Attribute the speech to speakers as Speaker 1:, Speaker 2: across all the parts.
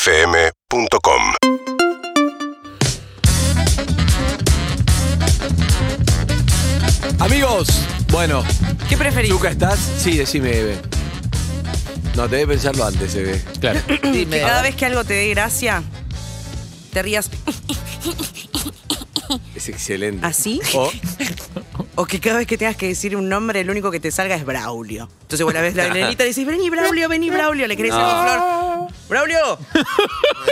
Speaker 1: UrbanaPlayFM.com
Speaker 2: Amigos, bueno,
Speaker 3: ¿Qué preferís?
Speaker 2: Luca, ¿estás? Sí, decime, Eve. No, te debe pensarlo antes, Eve.
Speaker 4: Claro.
Speaker 3: que cada vez que algo te dé gracia, te rías
Speaker 2: Es excelente. Oh,
Speaker 3: así.
Speaker 2: O,
Speaker 3: O que cada vez que tengas que decir un nombre, el único que te salga es Braulio. Entonces vos la ves la nenita y decís, vení Braulio, vení Braulio. Le querés decir a Flor, ¡Braulio!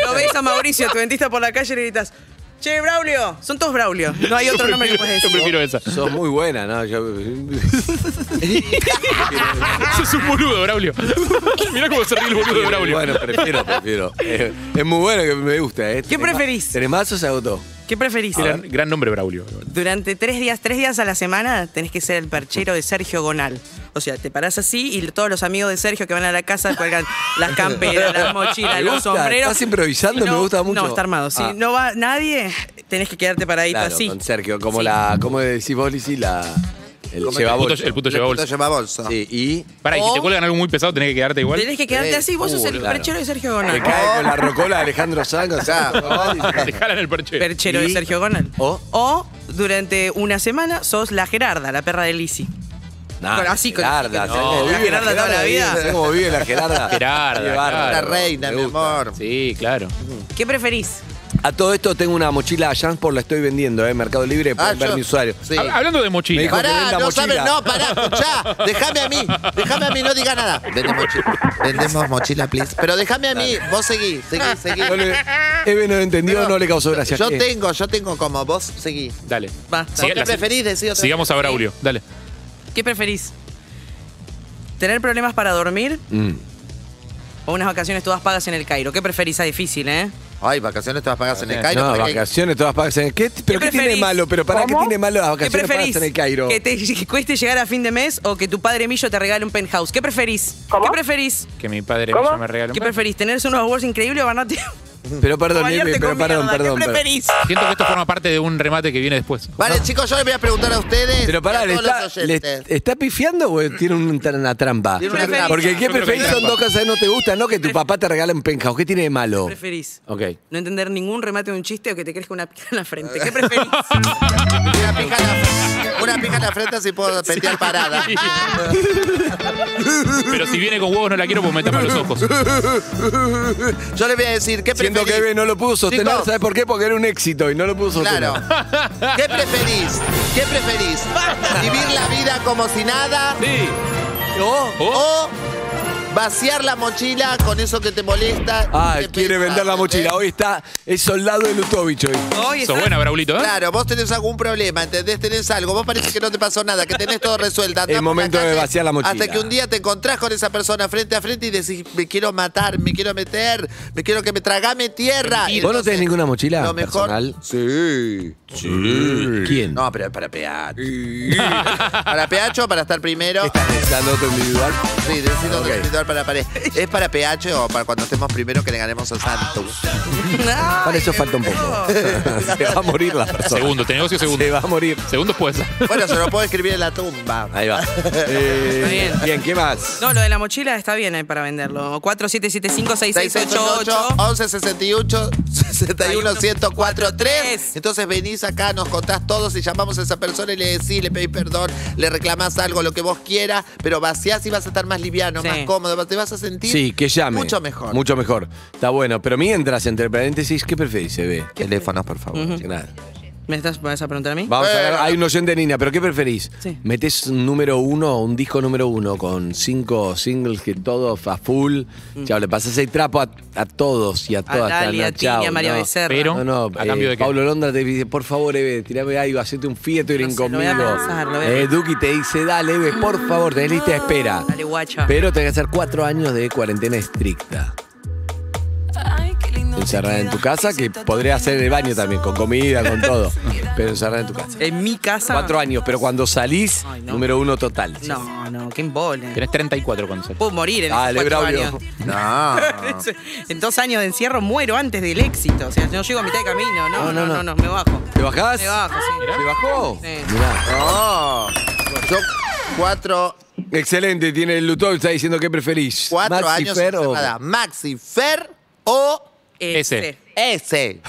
Speaker 3: Lo ves a Mauricio, tu dentista por la calle y le gritas, che, Braulio, son todos Braulio. No hay otro nombre que puedes
Speaker 4: Yo
Speaker 3: decir.
Speaker 4: prefiero esa.
Speaker 2: sos muy buena, ¿no? Yo-
Speaker 4: Sos un boludo, Braulio. Mirá cómo se ríe el boludo de Braulio.
Speaker 2: Bueno, prefiero, prefiero. Eh, Es muy bueno que me gusta, ¿eh?
Speaker 3: ¿Qué
Speaker 2: Tenés ma-
Speaker 3: preferís?
Speaker 2: ¿Tenés más o se agotó?
Speaker 3: ¿Qué preferís?
Speaker 4: gran, gran nombre, Braulio.
Speaker 3: Durante tres días, tres días a la semana, tenés que ser el perchero de Sergio Gonal. O sea, te parás así y todos los amigos de Sergio que van a la casa cuelgan las camperas, las mochilas,
Speaker 2: Me
Speaker 3: los
Speaker 2: gusta,
Speaker 3: sombreros.
Speaker 2: estás improvisando,
Speaker 3: No,
Speaker 2: me gusta mucho.
Speaker 3: No, está armado. Si
Speaker 2: Ah.
Speaker 3: no va nadie, tenés que quedarte paradito
Speaker 2: Claro,
Speaker 3: así.
Speaker 2: con Sergio, como
Speaker 3: Sí.
Speaker 2: la, ¿cómo le decís vos, Lizzy? La, el lleva
Speaker 4: El puto,
Speaker 2: bolsa.
Speaker 4: el puto lleva bolsa.
Speaker 5: lleva bolsa.
Speaker 2: Sí, y
Speaker 4: Pará, y si
Speaker 3: O-
Speaker 4: te cuelgan algo muy pesado, tenés que quedarte igual.
Speaker 3: Tenés que quedarte
Speaker 2: Eh,
Speaker 3: así, vos sos
Speaker 2: uh,
Speaker 3: el
Speaker 2: claro.
Speaker 3: perchero de Sergio
Speaker 2: te
Speaker 3: Gonal.
Speaker 2: cae con la rocola de Alejandro Sango.
Speaker 4: Te jalan el parche.
Speaker 3: Perchero
Speaker 2: y-
Speaker 3: de Sergio Gonal.
Speaker 2: o-
Speaker 3: durante una semana sos la Gerarda, la perra de Lisi. Con- así, con-
Speaker 2: Gerarda.
Speaker 3: con-
Speaker 2: ¿sabés cómo
Speaker 3: con-
Speaker 2: vive la
Speaker 3: Gerarda toda la vida?
Speaker 2: ¿Sabés cómo vive la Gerarda?
Speaker 4: Gerarda,
Speaker 2: Qué bárbaro.
Speaker 4: claro.
Speaker 5: La reina,
Speaker 2: Me
Speaker 5: mi
Speaker 2: gusta.
Speaker 5: amor.
Speaker 4: Sí, claro.
Speaker 3: ¿Qué preferís?
Speaker 2: A todo esto tengo una mochila a Jansport, la estoy vendiendo, ¿eh? Mercado Libre,
Speaker 5: Ah,
Speaker 2: pueden ver
Speaker 5: yo-
Speaker 2: mi usuario.
Speaker 5: Sí.
Speaker 4: Hab- Hablando de mochila.
Speaker 2: Me dijo- que
Speaker 5: Pará,
Speaker 2: venda
Speaker 5: no
Speaker 2: mochila.
Speaker 5: sabes, no, pará, escuchá. Déjame a mí, déjame a mí, no diga nada. Vendemos mochila, vendemos mochila, please. Pero déjame a mí, vos seguí, seguí, seguí.
Speaker 2: No le- Eve no lo entendió,
Speaker 5: Pero
Speaker 2: no le causó gracia.
Speaker 5: Yo
Speaker 2: ¿Qué?
Speaker 5: tengo, yo tengo como vos, seguí.
Speaker 4: Dale.
Speaker 3: Basta.
Speaker 4: Siga-
Speaker 5: ¿Qué
Speaker 4: la-
Speaker 5: preferís decir otra
Speaker 4: Sigamos a Braulio. Dale.
Speaker 3: ¿Qué preferís? ¿Tener problemas para dormir
Speaker 2: Mm.
Speaker 3: o unas vacaciones todas pagas en el Cairo? ¿Qué preferís? Ah, difícil, ¿eh?
Speaker 5: Ay, vacaciones todas pagas en el Cairo. eh,
Speaker 2: No,
Speaker 5: porque-
Speaker 2: vacaciones todas pagas en el Cairo. ¿Pero qué, tiene
Speaker 3: preferís?
Speaker 2: malo? ¿Pero para qué
Speaker 3: ¿Cómo?
Speaker 2: tiene malo las
Speaker 3: ¿Qué
Speaker 2: vacaciones pagas
Speaker 3: preferís?
Speaker 2: en el Cairo?
Speaker 3: ¿Que te que cueste llegar a fin de mes o que tu padre Millo te regale un penthouse? ¿Qué preferís? ¿Qué preferís?
Speaker 4: Que mi padre ya me regaló. un
Speaker 3: ¿Qué
Speaker 4: par.
Speaker 3: preferís? ¿Tenerse unos awards increíbles o ganarte?
Speaker 2: Pero perdón, Eve,
Speaker 3: bañarte
Speaker 2: pero
Speaker 3: con
Speaker 2: perdón,
Speaker 3: mierda?
Speaker 2: perdón.
Speaker 3: ¿Qué
Speaker 2: perdón.
Speaker 3: preferís?
Speaker 4: Siento que esto forma parte de un remate que viene después.
Speaker 5: Vale, chicos, yo les voy a preguntar a ustedes.
Speaker 2: Pero
Speaker 5: y
Speaker 2: pará,
Speaker 5: a
Speaker 2: ¿le
Speaker 5: todos
Speaker 2: está,
Speaker 5: los
Speaker 2: le
Speaker 5: oyentes.
Speaker 2: está pifiando o tiene un- una trampa?
Speaker 5: Tiene
Speaker 3: una trampa.
Speaker 2: Porque ¿qué
Speaker 4: Yo creo que
Speaker 2: preferís
Speaker 4: hay
Speaker 2: son
Speaker 4: trampa.
Speaker 2: dos cosas que no te gustan, no que tu papá te regala un penthouse? ¿Qué tiene de malo?
Speaker 3: ¿Qué preferís?
Speaker 2: Ok.
Speaker 3: No entender ningún remate de un chiste o que te crezca una pica en la frente. ¿Qué preferís?
Speaker 5: Una pija en la frente, una pija en la frente si puedo pentear parada.
Speaker 4: Pero si viene con huevos no la quiero, pues me tapa los ojos.
Speaker 5: Yo les voy a decir, ¿qué preferís?
Speaker 2: Siento que Eve no lo pudo sostener,
Speaker 5: Chicos,
Speaker 2: ¿sabes por qué? Porque era un éxito y no lo pudo sostener.
Speaker 5: Claro. ¿Qué preferís? ¿Qué preferís? ¿Vivir la vida como si nada?
Speaker 4: Sí.
Speaker 2: ¿No?
Speaker 4: Oh.
Speaker 5: O vaciar la mochila con eso que te molesta.
Speaker 2: Ah,
Speaker 5: Te ¿eh?
Speaker 2: quiere
Speaker 5: pesa,
Speaker 2: vender la
Speaker 5: ¿entendés?
Speaker 2: mochila. Hoy está, es soldado de Lutovich hoy.
Speaker 3: Hoy
Speaker 4: Sos
Speaker 3: estás-
Speaker 4: buena, Braulito, ¿eh?
Speaker 5: Claro, vos tenés algún problema, ¿entendés? Tenés algo, vos parece que no te pasó nada, que tenés todo resuelto. Andás
Speaker 2: El
Speaker 5: por la
Speaker 2: momento de
Speaker 5: calle
Speaker 2: vaciar la mochila.
Speaker 5: Hasta que un día te encontrás con esa persona frente a frente y decís, me quiero matar, me quiero meter, me quiero que me tragame tierra.
Speaker 4: Mentira.
Speaker 2: ¿Vos no tenés
Speaker 5: Entonces,
Speaker 2: ninguna mochila
Speaker 5: lo mejor-
Speaker 2: personal?
Speaker 5: Sí.
Speaker 2: ¿Quién?
Speaker 5: No, pero para peacho. ¿Para peacho para estar primero?
Speaker 2: ¿Dándote individual?
Speaker 5: Sí, necesito
Speaker 2: Ok.
Speaker 5: otro escritor para la pared. ¿Es para peacho o para cuando estemos primero que le ganemos a Santos?
Speaker 3: Ay,
Speaker 2: Para eso falta un poco. Se va a morir la persona.
Speaker 4: Segundo, te negocio segundo.
Speaker 2: Se va a morir.
Speaker 4: Segundo pues.
Speaker 5: Bueno, se lo puedo escribir en la tumba.
Speaker 2: Ahí va. Eh,
Speaker 3: Está bien.
Speaker 2: bien, ¿qué más?
Speaker 3: No, lo de la mochila está bien eh, para venderlo. 47756688.
Speaker 5: 1168-61-1043. Entonces venís acá, nos contás todos y llamamos a esa persona y le decís, le pedís perdón, le reclamás algo, lo que vos quieras, pero vaciás y vas a estar más liviano,
Speaker 3: Sí.
Speaker 5: más cómodo, te vas a sentir
Speaker 2: Sí, que llame.
Speaker 5: mucho mejor.
Speaker 2: Mucho mejor. Está bueno. Pero mientras, entre paréntesis, ¿qué preferís, se ve?
Speaker 5: Teléfonos, por favor.
Speaker 2: Nada.
Speaker 3: ¿Me estás, me vas a preguntar a mí?
Speaker 2: Vamos a ver,
Speaker 5: Eh.
Speaker 2: hay un oyente en línea, pero ¿qué preferís?
Speaker 3: Sí.
Speaker 2: ¿Metés un número uno, un disco número uno con cinco singles que todo a full? Chao, le pasás el trapo a, a todos y a
Speaker 3: Mm. A
Speaker 2: todas.
Speaker 3: Lali,
Speaker 2: Chao,
Speaker 3: a Tini, a
Speaker 2: no.
Speaker 3: María Becerra.
Speaker 4: Pero-
Speaker 2: No, no,
Speaker 4: ¿A
Speaker 2: eh,
Speaker 4: cambio de qué?
Speaker 2: Pablo Londra te dice, por favor, Eve, tirame algo, hacete un featuring
Speaker 3: No sé, lo
Speaker 2: conmigo.
Speaker 3: voy a pensar, lo voy a
Speaker 2: Eh, Duki te dice, dale, Eve, por favor, tenés lista de espera.
Speaker 3: Dale, guacha.
Speaker 2: Pero tenés que hacer cuatro años de cuarentena estricta. Encerrada en tu casa, que podría hacer en el baño también, con comida, con todo. Pero encerrada en tu casa.
Speaker 3: En mi casa.
Speaker 2: Cuatro años, pero cuando salís,
Speaker 3: Ah. Ay, no.
Speaker 2: número uno total.
Speaker 3: No, no, qué embole.
Speaker 4: Tenés 34 con
Speaker 3: Puedo morir en
Speaker 2: Dale,
Speaker 3: esos cuatro
Speaker 2: Braulio. Ah.
Speaker 3: años.
Speaker 5: No.
Speaker 3: en dos años de encierro muero antes del éxito. O sea, no llego a mitad de camino. No, no, no, no, me bajo.
Speaker 2: ¿Te bajás?
Speaker 3: Me bajo, sí.
Speaker 2: ¿Te bajó?
Speaker 3: Sí.
Speaker 2: Mirá.
Speaker 5: No. Yo cuatro
Speaker 3: Maxi.
Speaker 2: Excelente, tiene el Lutó, está diciendo qué preferís.
Speaker 5: Cuatro
Speaker 2: Maxi
Speaker 5: años
Speaker 2: Fer o-
Speaker 5: encerrada. Maxi Fer o
Speaker 3: Este,
Speaker 4: Ese.
Speaker 5: ese.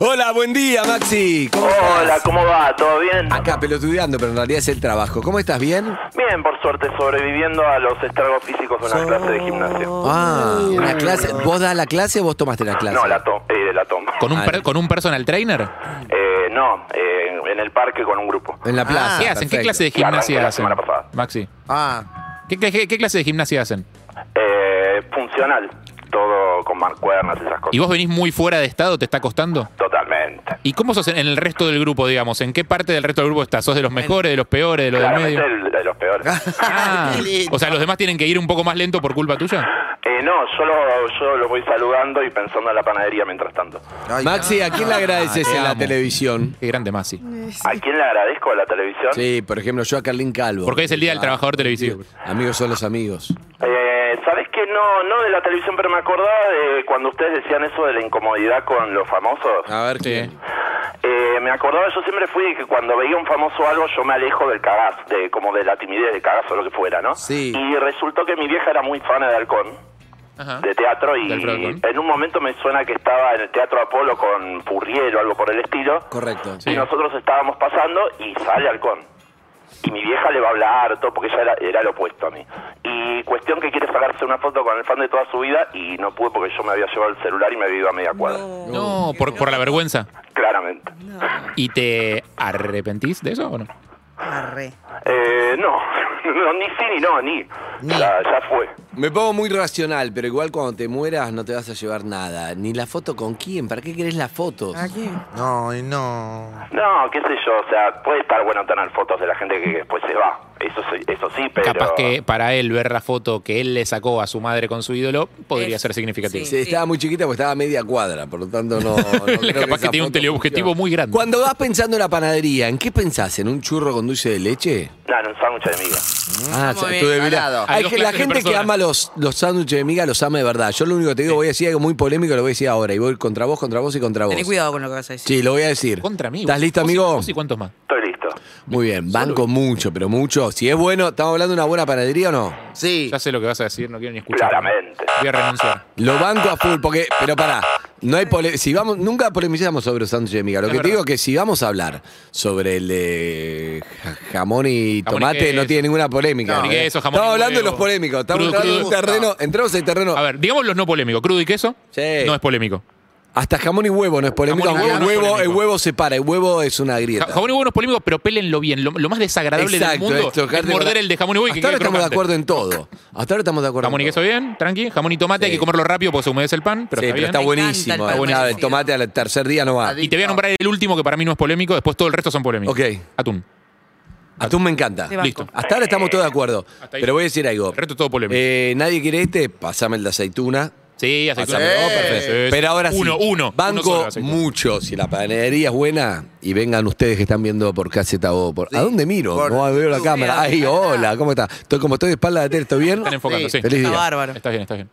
Speaker 2: Hola, buen día, Maxi. ¿Cómo
Speaker 6: Hola,
Speaker 2: estás?
Speaker 6: ¿cómo va? ¿Todo bien?
Speaker 2: Acá pelotudeando, pero en realidad es el trabajo. ¿Cómo estás? ¿Bien?
Speaker 6: Bien, por suerte, sobreviviendo a los estragos físicos de una clase de gimnasio.
Speaker 2: Ah, la clase. ¿Vos das la clase o vos tomaste la clase?
Speaker 6: No, la, to eh, la tomo.
Speaker 4: ¿Con un,
Speaker 2: Ah,
Speaker 4: per-
Speaker 2: no.
Speaker 4: ¿Con un personal trainer?
Speaker 5: Ah.
Speaker 6: Eh, no, eh, en el parque con un grupo.
Speaker 2: En la plaza.
Speaker 4: Ah, ¿Qué hacen? ¿Qué
Speaker 2: perfecto.
Speaker 4: clase de
Speaker 6: La arranqué
Speaker 4: gimnasia
Speaker 6: la
Speaker 4: hacen?
Speaker 6: semana pasada.
Speaker 4: Maxi.
Speaker 5: Ah,
Speaker 4: ¿Qué, qué- qué clase de gimnasia hacen?
Speaker 6: Eh, funcional, todo con mancuernas, esas cosas.
Speaker 4: ¿Y vos venís muy fuera de estado? ¿Te está costando?
Speaker 6: Totalmente.
Speaker 4: ¿Y cómo sos en en el resto del grupo, digamos? ¿En qué parte del resto del grupo estás? ¿Sos de los mejores, de los peores, de los del
Speaker 6: Claramente
Speaker 4: medio?
Speaker 6: el- de los peores.
Speaker 4: Ah,
Speaker 5: Qué lindo.
Speaker 4: o sea, los demás tienen que ir un poco más lento por culpa tuya.
Speaker 6: Eh, no, yo, lo- yo los voy saludando y pensando en la panadería mientras tanto.
Speaker 2: Maxi, ¿a quién le agradeces
Speaker 4: Ah, te
Speaker 2: en la
Speaker 4: amo.
Speaker 2: televisión?
Speaker 4: Qué grande Masi.
Speaker 6: ¿A quién le agradezco a la televisión?
Speaker 2: Sí, por ejemplo, yo a Carlín Calvo.
Speaker 4: Porque hoy es el Día del Trabajador Televisivo.
Speaker 2: Amigos son los amigos.
Speaker 6: Eh, ¿Sabés que no, no de la televisión, pero me acordaba de cuando ustedes decían eso de la incomodidad con los famosos?
Speaker 2: A ver
Speaker 4: Sí.
Speaker 2: qué.
Speaker 6: Eh, me acordaba, yo siempre fui que cuando veía un famoso algo, yo me alejo del cagazo, de, como de la timidez del cagazo, lo que fuera, ¿no?
Speaker 5: Sí.
Speaker 6: Y resultó que mi vieja era muy fan de Halcón,
Speaker 4: Ajá.
Speaker 6: de teatro, y
Speaker 4: De Alfredo Halcón.
Speaker 6: en un momento me suena que estaba en el Teatro Apolo con Furriel o algo por el estilo,
Speaker 2: Correcto.
Speaker 4: Sí.
Speaker 6: y nosotros estábamos pasando y sale Halcón. Y mi vieja le va a hablar, todo, porque ella era, era el opuesto a mí. Y cuestión que quiere sacarse una foto con el fan de toda su vida, y no pude porque yo me había llevado el celular y me había ido a media cuadra.
Speaker 4: No, por, por la vergüenza.
Speaker 6: Claramente.
Speaker 4: ¿Y te arrepentís de eso o no?
Speaker 3: Arre.
Speaker 6: Eh, no. no, ni sí ni no, ni. Ya, ya fue.
Speaker 2: Me pongo muy racional, pero igual cuando te mueras no te vas a llevar nada. Ni la foto con quién. ¿Para qué querés las fotos?
Speaker 3: Aquí.
Speaker 5: no, y no.
Speaker 6: No, qué sé yo, o sea, puede estar bueno tener fotos de la gente que después se va. Eso sí, eso sí pero...
Speaker 4: Capaz que para él ver la foto que él le sacó a su madre con su ídolo podría
Speaker 3: Es-
Speaker 4: ser significativo.
Speaker 2: Sí, estaba muy chiquita porque estaba a media cuadra, por lo tanto no. no creo
Speaker 4: Capaz que
Speaker 2: esa
Speaker 4: tiene un
Speaker 2: foto
Speaker 4: teleobjetivo
Speaker 2: funcione.
Speaker 4: muy grande.
Speaker 2: Cuando vas pensando en la panadería, ¿en qué pensás? ¿En un churro con dulce de leche?
Speaker 6: No, en un sándwich de miga.
Speaker 2: Ah,
Speaker 3: Mm, Muy
Speaker 2: tu
Speaker 3: bien.
Speaker 2: debilidad.
Speaker 5: Salado.
Speaker 4: Hay
Speaker 2: Hay
Speaker 4: dos
Speaker 2: que la
Speaker 4: clases de
Speaker 2: gente que
Speaker 4: personas.
Speaker 2: ama los, los sándwiches de miga los ama de verdad. Yo lo único que te digo, voy a decir algo muy polémico, lo voy a decir ahora. Y voy contra vos, contra vos y contra vos.
Speaker 3: Tené cuidado con lo que vas a decir.
Speaker 2: Sí, lo voy a decir.
Speaker 4: Contra mí.
Speaker 2: ¿Estás
Speaker 4: vos-
Speaker 2: listo,
Speaker 4: vos y-
Speaker 2: amigo?
Speaker 4: vos y cuántos más?
Speaker 6: Estoy listo.
Speaker 2: Muy bien, banco mucho, pero mucho. Si es bueno, ¿estamos hablando de una buena panadería o no?
Speaker 5: Sí.
Speaker 4: Ya sé lo que vas a decir, no quiero ni escuchar.
Speaker 6: Claramente.
Speaker 4: Voy a renunciar.
Speaker 2: Lo banco a full, porque, pero pará, no hay pole- si vamos, nunca polemizamos sobre los sándwiches de miga. Lo
Speaker 4: Es
Speaker 2: que te
Speaker 4: verdad.
Speaker 2: digo es que si vamos a hablar sobre el de ja- jamón y
Speaker 4: Jamón y
Speaker 2: tomate, no
Speaker 4: queso.
Speaker 2: tiene ninguna polémica.
Speaker 4: Jamón y
Speaker 2: ¿eh?
Speaker 4: queso, jamón
Speaker 2: estamos
Speaker 4: y
Speaker 2: hablando de
Speaker 4: huevo. Ah.
Speaker 2: los polémicos, estamos
Speaker 4: Crudo,
Speaker 2: entrando en
Speaker 5: crudo.
Speaker 2: terreno, entremos en terreno.
Speaker 4: A ver, digamos los no polémicos. Crudo y queso
Speaker 2: Sí.
Speaker 4: no es polémico.
Speaker 2: Hasta jamón y huevo no es polémico,
Speaker 4: Jamón y
Speaker 2: aunque el
Speaker 4: huevo no es
Speaker 2: huevo, el
Speaker 4: polémico.
Speaker 2: huevo se para, el huevo es una
Speaker 4: Ja-
Speaker 2: grieta.
Speaker 4: Jamón y huevo no es polémico, pero pélenlo bien. Lo, lo más desagradable del mundo
Speaker 2: esto,
Speaker 4: es
Speaker 2: Carlos,
Speaker 4: morder el de jamón y huevo y que
Speaker 2: Hasta ahora
Speaker 4: quede
Speaker 2: estamos de
Speaker 4: crocante.
Speaker 2: acuerdo en todo. Hasta ahora estamos de acuerdo
Speaker 4: Jamón y
Speaker 2: en todo.
Speaker 4: queso bien, tranqui. Jamón y tomate, hay que comerlo rápido porque se humedece el pan, pero
Speaker 2: sí,
Speaker 4: está
Speaker 2: pero
Speaker 4: bien.
Speaker 2: está
Speaker 3: Me encanta el
Speaker 2: buenísimo.
Speaker 3: pan
Speaker 2: eh. Una- El
Speaker 3: parmesano.
Speaker 2: tomate al tercer día no va.
Speaker 5: Adicto.
Speaker 4: Y te voy a nombrar el último que para mí no es polémico, después todo el resto son polémicos.
Speaker 2: Ok.
Speaker 4: Atún.
Speaker 2: Atún me encanta.
Speaker 3: Te banco.
Speaker 4: Listo.
Speaker 2: Hasta ahora estamos todos de acuerdo.
Speaker 4: Hasta ahí.
Speaker 2: Pero voy a decir algo.
Speaker 4: El resto es todo polémico.
Speaker 2: Eh, Nadie quiere este, pasame el de aceituna.
Speaker 4: sí, aceituna.
Speaker 2: Pasame-
Speaker 5: Eh.
Speaker 2: Oh, perfecto.
Speaker 4: Sí, sí.
Speaker 2: Pero ahora sí.
Speaker 4: Uno, uno. Uno solo
Speaker 2: Banco
Speaker 4: de aceituna.
Speaker 2: mucho. Si la panadería es buena, y vengan ustedes que están viendo por caseta o por. ¿A dónde miro?
Speaker 5: Por
Speaker 2: no veo la
Speaker 5: YouTube.
Speaker 2: cámara. Ay, hola, ¿cómo está? Estoy como estoy de espalda de tele, ¿estoy bien?
Speaker 4: Están enfocando, sí.
Speaker 2: Feliz
Speaker 3: Está
Speaker 2: día.
Speaker 3: bárbaro.
Speaker 4: Estás bien, estás bien.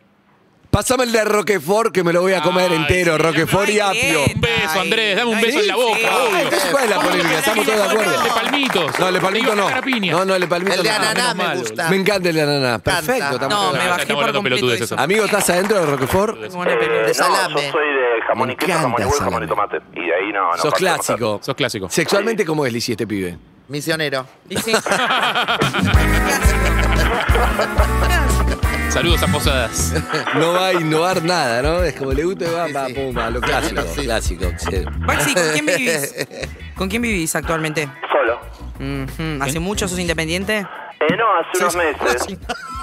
Speaker 2: Pasame el de Roquefort que me lo voy a comer
Speaker 4: Ay,
Speaker 2: entero.
Speaker 4: sí,
Speaker 2: Roquefort y
Speaker 3: no hay
Speaker 2: apio.
Speaker 3: bien.
Speaker 4: Un beso, Andrés, dame un
Speaker 3: Ay,
Speaker 4: beso en la
Speaker 2: sí.
Speaker 4: boca.
Speaker 3: Sí.
Speaker 4: obvio.
Speaker 2: Ah, entonces, ¿cuál es la
Speaker 4: Vamos a
Speaker 2: polémica?
Speaker 4: poner
Speaker 2: Estamos
Speaker 4: aquí
Speaker 2: todos de
Speaker 4: la
Speaker 2: acuerdo.
Speaker 4: polémica de palmitos.
Speaker 2: No, el de
Speaker 4: Te
Speaker 2: palmito
Speaker 4: iba a
Speaker 2: no.
Speaker 4: sacar a piña.
Speaker 2: No, no, el de palmito
Speaker 5: El de
Speaker 2: no.
Speaker 5: ananá
Speaker 4: menos
Speaker 5: me
Speaker 4: mal,
Speaker 5: gusta.
Speaker 2: Me encanta el de ananá. Perfecto. estamos
Speaker 3: No,
Speaker 2: de
Speaker 3: me
Speaker 2: acuerdo.
Speaker 3: bajé
Speaker 4: estamos
Speaker 3: por
Speaker 4: hablando
Speaker 3: completo
Speaker 4: pelotudeces
Speaker 3: de eso.
Speaker 4: ahora.
Speaker 2: Amigo, ¿estás adentro de Roquefort?
Speaker 3: Como una pelota.
Speaker 6: Eh, no, yo
Speaker 5: salame.
Speaker 6: soy de jamón
Speaker 2: Me
Speaker 6: y queso, jamón y
Speaker 2: encanta
Speaker 6: huevo, jamón
Speaker 2: salame.
Speaker 6: y tomate. Y de ahí no... no
Speaker 2: Sos
Speaker 6: parto, no sé.
Speaker 2: clásico.
Speaker 4: Sos clásico.
Speaker 2: Sexualmente, ¿cómo es Lizzie este pibe?
Speaker 5: Misionero.
Speaker 3: Y sí.
Speaker 4: Saludos a Posadas.
Speaker 2: No va a innovar nada, ¿no? Es como le gusta, va,
Speaker 5: Sí,
Speaker 2: va,
Speaker 5: sí.
Speaker 2: pum, va, lo clásico,
Speaker 5: Sí.
Speaker 2: clásico. sí.
Speaker 3: Maxi, ¿con quién vivís? ¿Con quién vivís actualmente?
Speaker 6: Solo.
Speaker 3: Ujú, ¿Hace mucho sos independiente?
Speaker 6: Eh, no, hace unos meses.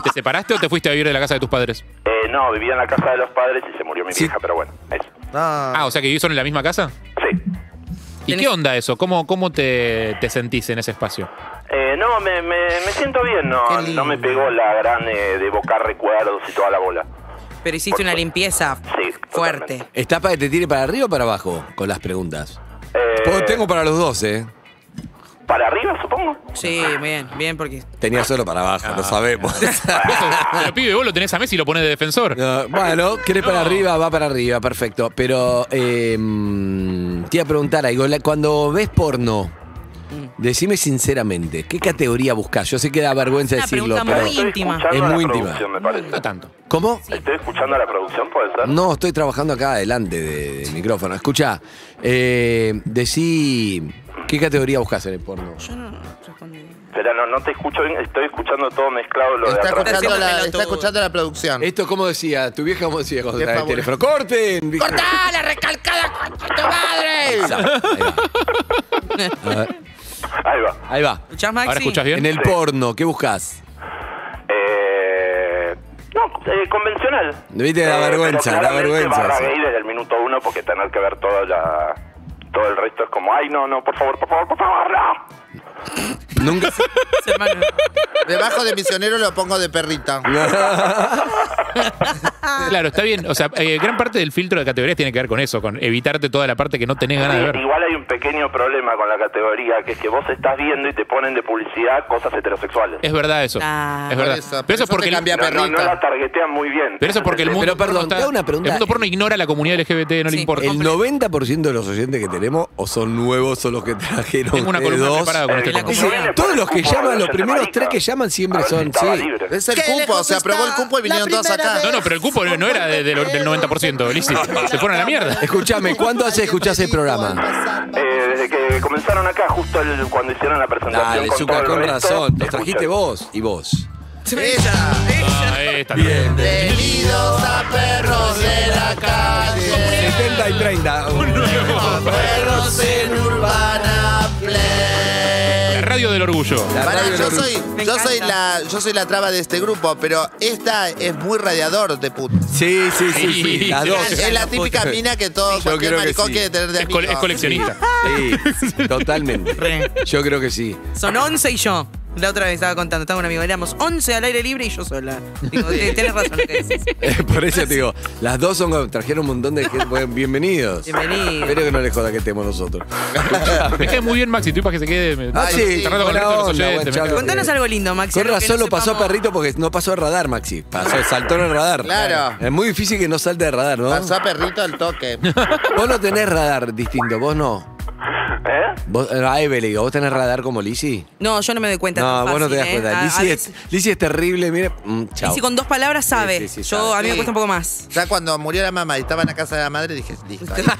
Speaker 4: ¿Te separaste o te fuiste a vivir de la casa de tus padres?
Speaker 6: Eh, no, vivía en la casa de los padres y se murió mi
Speaker 2: Sí.
Speaker 6: vieja, pero bueno, eso.
Speaker 5: No.
Speaker 4: Ah, o sea que vivís solo en la misma casa.
Speaker 6: Sí.
Speaker 4: ¿Y
Speaker 3: Tenés-
Speaker 4: qué onda eso? ¿Cómo, cómo te, te sentís en ese espacio?
Speaker 6: Eh, no, me, me, me siento bien, no,
Speaker 5: Qué
Speaker 6: no me
Speaker 5: lindo.
Speaker 6: pegó la gran eh, de bocar recuerdos y toda la bola.
Speaker 3: Pero hiciste una limpieza
Speaker 6: Sí,
Speaker 3: fuerte.
Speaker 2: ¿Estás para que te tire para arriba o para abajo con las preguntas?
Speaker 6: Eh,
Speaker 2: Pues tengo para los dos, ¿eh?
Speaker 6: ¿Para arriba, supongo?
Speaker 3: Sí, bien, bien, porque.
Speaker 2: Tenía solo para abajo, lo sabemos.
Speaker 4: Pero pibe, vos lo tenés a Messi y lo pones de defensor.
Speaker 2: No, bueno, ¿querés para arriba? Va para arriba, em, perfecto. Pero eh, te iba a preguntar algo. la- Cuando ves porno, Decime sinceramente, ¿qué categoría buscas? Yo sé que da vergüenza
Speaker 7: Una
Speaker 2: decirlo,
Speaker 7: pregunta
Speaker 2: pero.
Speaker 7: muy
Speaker 6: estoy
Speaker 7: íntima.
Speaker 6: escuchando
Speaker 2: Es
Speaker 6: a la
Speaker 2: muy íntima.
Speaker 6: producción, me parece.
Speaker 4: No tanto.
Speaker 2: ¿Cómo?
Speaker 6: Estoy escuchando a la producción, puede ser.
Speaker 4: Mm.
Speaker 2: No, estoy trabajando acá adelante de- del micrófono. Escucha, eh, decí. ¿Qué categoría buscas en el porno?
Speaker 7: Yo no respondí.
Speaker 6: Pero no, no te escucho bien, estoy escuchando todo mezclado lo de
Speaker 5: Está
Speaker 6: atrás.
Speaker 5: escuchando, la,
Speaker 3: pelotudo.
Speaker 5: está escuchando la producción.
Speaker 2: Esto, ¿cómo decía? Tu vieja, ¿cómo decía? Cuando
Speaker 5: Qué
Speaker 2: trae el
Speaker 5: favor.
Speaker 2: teléfono. ¡Corten! ¿viste?
Speaker 5: ¡Cortá la recalcada, concha de tu
Speaker 2: Esa.
Speaker 5: madre!
Speaker 2: Ahí va. A ver,
Speaker 6: Ahí va.
Speaker 2: Ahí va.
Speaker 3: ¿Escuchás, Maxi?
Speaker 4: ¿Ahora escuchas bien?
Speaker 2: En el porno, ¿qué buscas?
Speaker 6: Eh, no, eh, convencional.
Speaker 2: Viste, la
Speaker 6: Eh,
Speaker 2: vergüenza,
Speaker 6: pero
Speaker 2: la
Speaker 6: claramente
Speaker 2: vergüenza,
Speaker 6: barra
Speaker 2: sí.
Speaker 6: gay desde el minuto uno porque tener que ver toda la, todo el resto es como, ay, no, no, por favor, por favor, por favor, no.
Speaker 2: Nunca.
Speaker 3: Hermano.
Speaker 5: Debajo de misionero lo pongo de perrita.
Speaker 4: Claro, está bien. O sea, eh, gran parte del filtro de categorías tiene que ver con eso, con evitarte toda la parte que no tenés ganas de ver.
Speaker 6: Igual hay un pequeño problema con la categoría, que es que vos estás viendo y te ponen de publicidad cosas heterosexuales.
Speaker 4: Es verdad eso.
Speaker 7: Ah.
Speaker 4: es verdad.
Speaker 5: Por eso, por
Speaker 4: pero eso es
Speaker 5: eso
Speaker 4: porque
Speaker 5: te
Speaker 4: el-
Speaker 5: cambia
Speaker 6: no, no, no
Speaker 5: perrita.
Speaker 6: la targetean muy bien.
Speaker 4: Pero eso es porque el mundo,
Speaker 2: Pero perdón,
Speaker 4: porno
Speaker 2: te hago una pregunta.
Speaker 4: el mundo porno ignora a la comunidad LGBT, no
Speaker 3: Sí.
Speaker 4: le importa.
Speaker 2: El 90% de los oyentes que tenemos o son nuevos o los que trajeron
Speaker 4: Tengo una columna
Speaker 2: ustedes
Speaker 4: preparada con
Speaker 2: dos. Eh,
Speaker 4: este
Speaker 3: la
Speaker 4: tema.
Speaker 3: cuchara.
Speaker 2: Todos los que llaman, los primeros tres que llaman siempre son- sí.
Speaker 5: Es el
Speaker 7: Qué
Speaker 5: cupo,
Speaker 7: lejos
Speaker 5: se aprobó el
Speaker 7: está
Speaker 5: cupo y
Speaker 7: la
Speaker 5: vinieron todos
Speaker 7: primera
Speaker 5: acá.
Speaker 7: vez.
Speaker 4: Ah, No, no, pero el cupo no, no era de- de lo- del 90%, Lizzy. Se fueron a la mierda.
Speaker 2: Escuchame, ¿cuánto hace escuchás el programa?
Speaker 6: Eh, desde que comenzaron acá, justo el- cuando hicieron la presentación.
Speaker 2: Dale,
Speaker 6: con todo
Speaker 2: Zucca,
Speaker 6: el
Speaker 2: con
Speaker 6: resto,
Speaker 2: razón. Los
Speaker 6: escuché.
Speaker 2: trajiste vos y vos.
Speaker 5: Ella.
Speaker 4: Ah, está bien.
Speaker 5: Bienvenidos a perros de la calle.
Speaker 2: 70 y 30.
Speaker 5: Perros en Urbana Play.
Speaker 4: La radio del orgullo.
Speaker 2: La
Speaker 5: Pará,
Speaker 2: radio
Speaker 5: yo
Speaker 2: del
Speaker 5: soy,
Speaker 3: Me
Speaker 5: yo soy
Speaker 3: encanta.
Speaker 5: la, yo soy la traba de este grupo, pero esta es muy radiador de puta.
Speaker 2: Sí, sí, sí, sí.
Speaker 4: Sí.
Speaker 2: Las dos.
Speaker 5: Es la típica mina que todo
Speaker 2: Yo
Speaker 5: cualquier
Speaker 2: creo que
Speaker 5: maricón
Speaker 2: sí.
Speaker 5: quiere tener de
Speaker 4: Es, col-
Speaker 5: amigo.
Speaker 4: es coleccionista.
Speaker 2: Sí, totalmente. Yo creo que sí.
Speaker 3: Son 11 y yo. La otra vez estaba contando, estaba un amigo, éramos 11 al aire libre y yo sola. Digo, "Eh, tenés razón lo que decís.
Speaker 2: Eh, Por eso te digo, las dos son, trajeron un montón de gente. Bueno, Bienvenidos.
Speaker 3: Bienvenidos.
Speaker 2: Espero que no les joda que estemos nosotros.
Speaker 4: Me cae muy bien, Maxi. Estoy para que se quede. me-
Speaker 2: Ah, sí,
Speaker 4: está rato con el resto de los
Speaker 2: buena onda,
Speaker 4: oyentes, me
Speaker 2: buen
Speaker 4: cae-
Speaker 2: chavo.
Speaker 3: Contanos algo lindo, Maxi.
Speaker 2: eh, Con
Speaker 3: algo que
Speaker 2: razón
Speaker 3: no
Speaker 2: lo pasó a
Speaker 3: sepamos.
Speaker 2: Perrito porque no pasó a radar, Maxi. Pasó, saltó en el radar.
Speaker 5: Claro.
Speaker 2: Es muy difícil que no salte de radar, ¿no?
Speaker 5: Pasó a perrito al toque.
Speaker 2: Vos no tenés radar distinto, vos no.
Speaker 6: ¿Eh?
Speaker 2: Vos, a Eve le digo, ¿vos tenés radar como Lizzy?
Speaker 3: No, yo no me doy cuenta.
Speaker 2: No,
Speaker 3: tan
Speaker 2: vos no te
Speaker 3: fácil,
Speaker 2: das cuenta.
Speaker 3: ¿eh? A- a
Speaker 2: Lizzy,
Speaker 3: veces-
Speaker 2: es, Lizzy es terrible, mire. Mm, chao.
Speaker 3: Lizzy con dos palabras sabe.
Speaker 2: Sí, sí, sí,
Speaker 3: yo
Speaker 2: sabe.
Speaker 3: a mí me
Speaker 5: Sí.
Speaker 3: cuesta un poco más.
Speaker 5: Ya cuando murió la mamá y estaba en la casa de la madre, dije, listo.
Speaker 3: Pues
Speaker 5: ahí.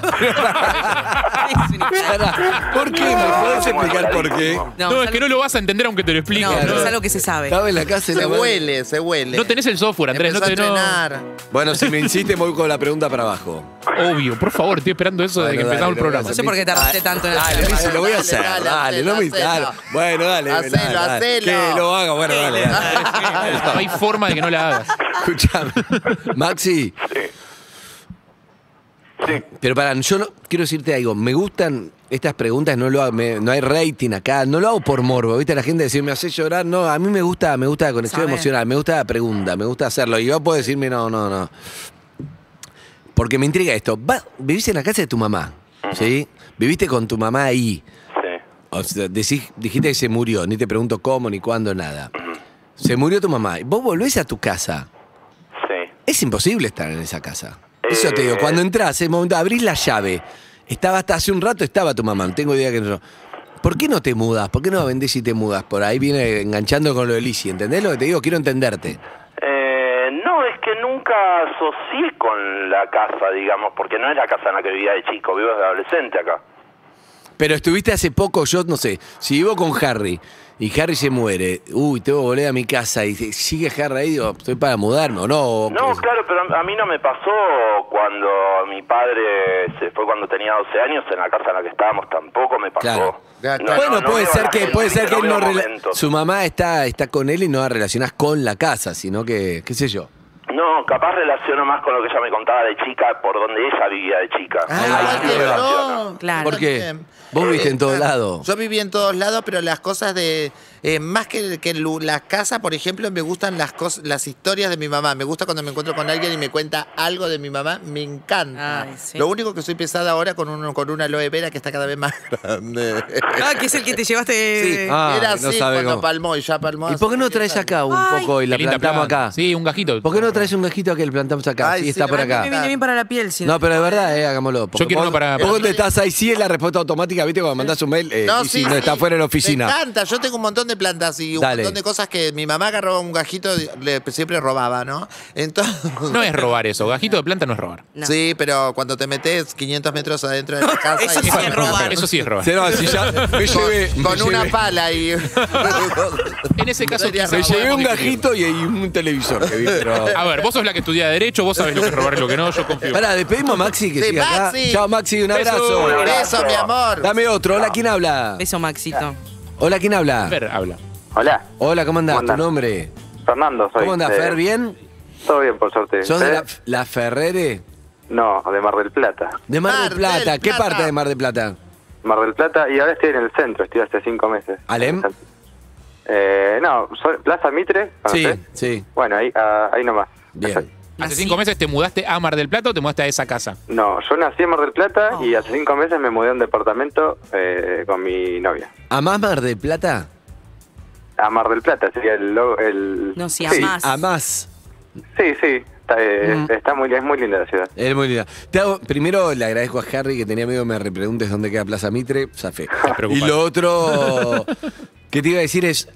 Speaker 2: Pará, ¿Por qué? ¿Me podés explicar por qué?
Speaker 4: No, es que no lo vas a entender aunque te lo explique.
Speaker 3: No,
Speaker 4: No,
Speaker 3: es algo que se sabe.
Speaker 2: Estaba en la casa y
Speaker 5: Se
Speaker 2: la madre-
Speaker 5: huele, se huele.
Speaker 4: No tenés el software, Andrés. No
Speaker 5: Empezó
Speaker 4: tenés. no-
Speaker 5: a entrenar.
Speaker 2: Bueno, si me insiste, me voy con la pregunta para abajo.
Speaker 4: Obvio, por favor, estoy esperando eso desde que
Speaker 2: Bueno, dale,
Speaker 4: empezamos el
Speaker 2: lo voy a
Speaker 4: programa.
Speaker 3: No sé por qué tardaste tanto en
Speaker 2: Dale,
Speaker 3: hacerlo.
Speaker 2: Lizzy, lo voy a
Speaker 5: dale,
Speaker 2: hacer. Dale,
Speaker 5: dale,
Speaker 2: no me
Speaker 5: hacelo, hacelo.
Speaker 2: dale. Bueno, dale. dale,
Speaker 5: Hacelo,
Speaker 2: dale.
Speaker 5: hacelo.
Speaker 2: Que lo haga, bueno, dale. dale.
Speaker 4: No hay forma de que no la hagas.
Speaker 2: Escuchame. Maxi. Pero para, yo no, quiero decirte algo. Me gustan estas preguntas, no, lo, hago- me- no hay rating acá, no lo hago por morbo. ¿Viste? La gente decir, me hace llorar. No, a mí me gusta, me gusta la conexión
Speaker 3: Sabe.
Speaker 2: emocional, me gusta la pregunta, me gusta hacerlo. Y vos podés decirme, no, no, no. Porque me intriga esto. Va- vivís en la casa de tu mamá, ¿sí? Viviste con tu mamá ahí.
Speaker 6: Sí.
Speaker 2: O sea, decís- dijiste que se murió, ni te pregunto cómo, ni cuándo, nada. Se murió tu mamá. Y Vos volvés a tu casa.
Speaker 6: Sí.
Speaker 2: Es imposible estar en esa casa. Eso te digo,
Speaker 6: Eh.
Speaker 2: cuando entras, el momento, abrís la llave. Estaba hasta hace un rato, estaba tu mamá, no tengo idea que no. ¿Por qué no te mudas? ¿Por qué no vendés y te mudas? Por ahí viene enganchando con lo de Lizzy, ¿entendés lo que te digo? Quiero entenderte.
Speaker 6: Eh, no, es que nunca asocié con la casa, digamos, porque no es la casa en la que vivía de chico, vivo desde adolescente acá.
Speaker 2: Pero estuviste hace poco, yo no sé, si vivo con Harry y Harry se muere, uy, tengo que volver a mi casa y se- sigue Harry ahí, digo, estoy para mudarme o no.
Speaker 6: No, claro, pero a mí no me pasó cuando mi padre se fue cuando tenía 12 años, en la casa en la que estábamos tampoco me pasó.
Speaker 2: Claro.
Speaker 5: Ya,
Speaker 6: No,
Speaker 5: claro.
Speaker 2: bueno,
Speaker 6: no, no
Speaker 2: puede
Speaker 6: veo
Speaker 2: ser
Speaker 6: la
Speaker 2: que
Speaker 6: gente,
Speaker 2: puede ser que él no
Speaker 6: veo
Speaker 2: rela-
Speaker 6: momentos.
Speaker 2: su mamá está está con él y no la relacionás con la casa, sino que qué sé yo.
Speaker 6: No, capaz relaciono más con lo que ella me contaba de chica, por donde ella vivía de chica.
Speaker 5: Ah,
Speaker 2: Ahí
Speaker 5: igual
Speaker 2: va.
Speaker 5: que
Speaker 2: Ahí va.
Speaker 5: yo.
Speaker 3: Claro.
Speaker 2: Porque
Speaker 5: También.
Speaker 2: vos viviste en todos
Speaker 5: eh, Claro.
Speaker 2: lados.
Speaker 5: Yo viví en todos lados, pero las cosas de eh, más que, que lu- la casa, por ejemplo, me gustan las cos- las historias de mi mamá. Me gusta cuando me encuentro con alguien y me cuenta algo de mi mamá. Me encanta.
Speaker 3: Ay, sí.
Speaker 5: Lo único que soy pesada ahora con, un, con una aloe vera que está cada vez más grande.
Speaker 3: Ah, que es el que te llevaste.
Speaker 5: Sí,
Speaker 2: Ah,
Speaker 5: era
Speaker 2: no
Speaker 5: así
Speaker 2: sabe
Speaker 5: cuando
Speaker 2: cómo.
Speaker 5: palmó y ya palmó.
Speaker 2: ¿Y por qué no traes acá un
Speaker 3: Ay.
Speaker 2: poco y la
Speaker 4: Qué linda
Speaker 2: plantamos
Speaker 4: planta.
Speaker 2: acá?
Speaker 4: Sí, un gajito.
Speaker 2: ¿Por qué no traes un gajito a que le plantamos acá?
Speaker 5: Ay,
Speaker 2: sí,
Speaker 5: sí,
Speaker 2: está por
Speaker 5: la verdad
Speaker 3: A
Speaker 2: acá.
Speaker 3: mí me viene bien para la piel. si
Speaker 2: No, pero de verdad, eh, hagámoslo. porque
Speaker 4: quiero
Speaker 2: vos-
Speaker 4: uno para-
Speaker 2: Vos te estás ahí, sí es la respuesta automática, ¿viste? Cuando mandás un mail eh, y si no está fuera de la
Speaker 5: Me
Speaker 2: oficina.
Speaker 5: encanta, yo tengo un montón de plantas y un
Speaker 2: Dale.
Speaker 5: montón de cosas que mi mamá agarraba un gajito, le- siempre robaba, ¿no? Entonces.
Speaker 4: No es robar eso. Gajito de planta no es robar.
Speaker 3: No.
Speaker 5: Sí, pero cuando te metes 500 metros adentro de la casa.
Speaker 3: Eso
Speaker 5: y-
Speaker 3: sí es robar.
Speaker 4: Eso sí es robar.
Speaker 2: Sí, no, si ya- me llevé,
Speaker 5: Con,
Speaker 2: me
Speaker 5: con una
Speaker 2: llevé-
Speaker 5: pala y.
Speaker 4: En ese caso,
Speaker 5: Sería
Speaker 4: quizás
Speaker 2: me
Speaker 5: robar.
Speaker 4: podamos
Speaker 2: llevé un
Speaker 4: discutir.
Speaker 2: gajito y, y un televisor que vi, pero...
Speaker 4: A ver, vos sos la que estudia Derecho, vos sabés lo que es robar y lo que no, yo confío.
Speaker 2: Pará, despedimos a Maxi que
Speaker 5: Sí,
Speaker 2: siga acá.
Speaker 5: Maxi.
Speaker 2: Chao, Maxi, un
Speaker 4: Beso.
Speaker 2: abrazo.
Speaker 5: Por eso, mi amor.
Speaker 2: Dame otro. Hola, ¿quién habla?
Speaker 3: Beso, Maxito.
Speaker 2: Hola, ¿quién
Speaker 4: A
Speaker 2: habla?
Speaker 4: ver, habla.
Speaker 7: Hola,
Speaker 2: Hola, ¿cómo andás?
Speaker 7: ¿Cómo
Speaker 2: ¿Tu
Speaker 7: andás?
Speaker 2: nombre?
Speaker 7: Fernando soy.
Speaker 2: ¿Cómo andás,
Speaker 7: de-
Speaker 2: Fer? ¿Bien?
Speaker 7: Todo bien, por suerte.
Speaker 2: ¿Sos de la,
Speaker 7: ¿Ustedes?
Speaker 2: la Ferrere?
Speaker 7: No, de Mar del Plata.
Speaker 2: De Mar, del Plata. ¿Qué
Speaker 5: Plata.
Speaker 2: parte de Mar del Plata?
Speaker 7: Mar del Plata y ahora estoy en el centro, estoy hace cinco meses.
Speaker 2: ¿Alem?
Speaker 7: Eh, no, soy- Plaza Mitre.
Speaker 2: Sí,
Speaker 7: ¿conocés?
Speaker 2: sí.
Speaker 7: Bueno, ahí, ah, ahí nomás.
Speaker 2: Bien.
Speaker 4: ¿Hace
Speaker 3: Así.
Speaker 4: cinco meses te mudaste a Mar del Plata o te mudaste a esa casa?
Speaker 7: No, yo nací en Mar del Plata
Speaker 3: Oh.
Speaker 7: y hace cinco meses me mudé a un departamento eh, con mi novia.
Speaker 2: ¿Amás Mar del Plata?
Speaker 7: A Mar del Plata sería el... lo- el
Speaker 3: No, si
Speaker 7: sí,
Speaker 3: amás.
Speaker 2: Amás.
Speaker 7: Sí, sí, está, eh,
Speaker 3: Mm.
Speaker 7: está muy, es muy linda la ciudad.
Speaker 2: Es muy linda. Te hago- primero le agradezco a Harry que tenía miedo que me repreguntes dónde queda Plaza Mitre. Zafé. Y
Speaker 4: preocupante.
Speaker 2: lo otro que te iba a decir es.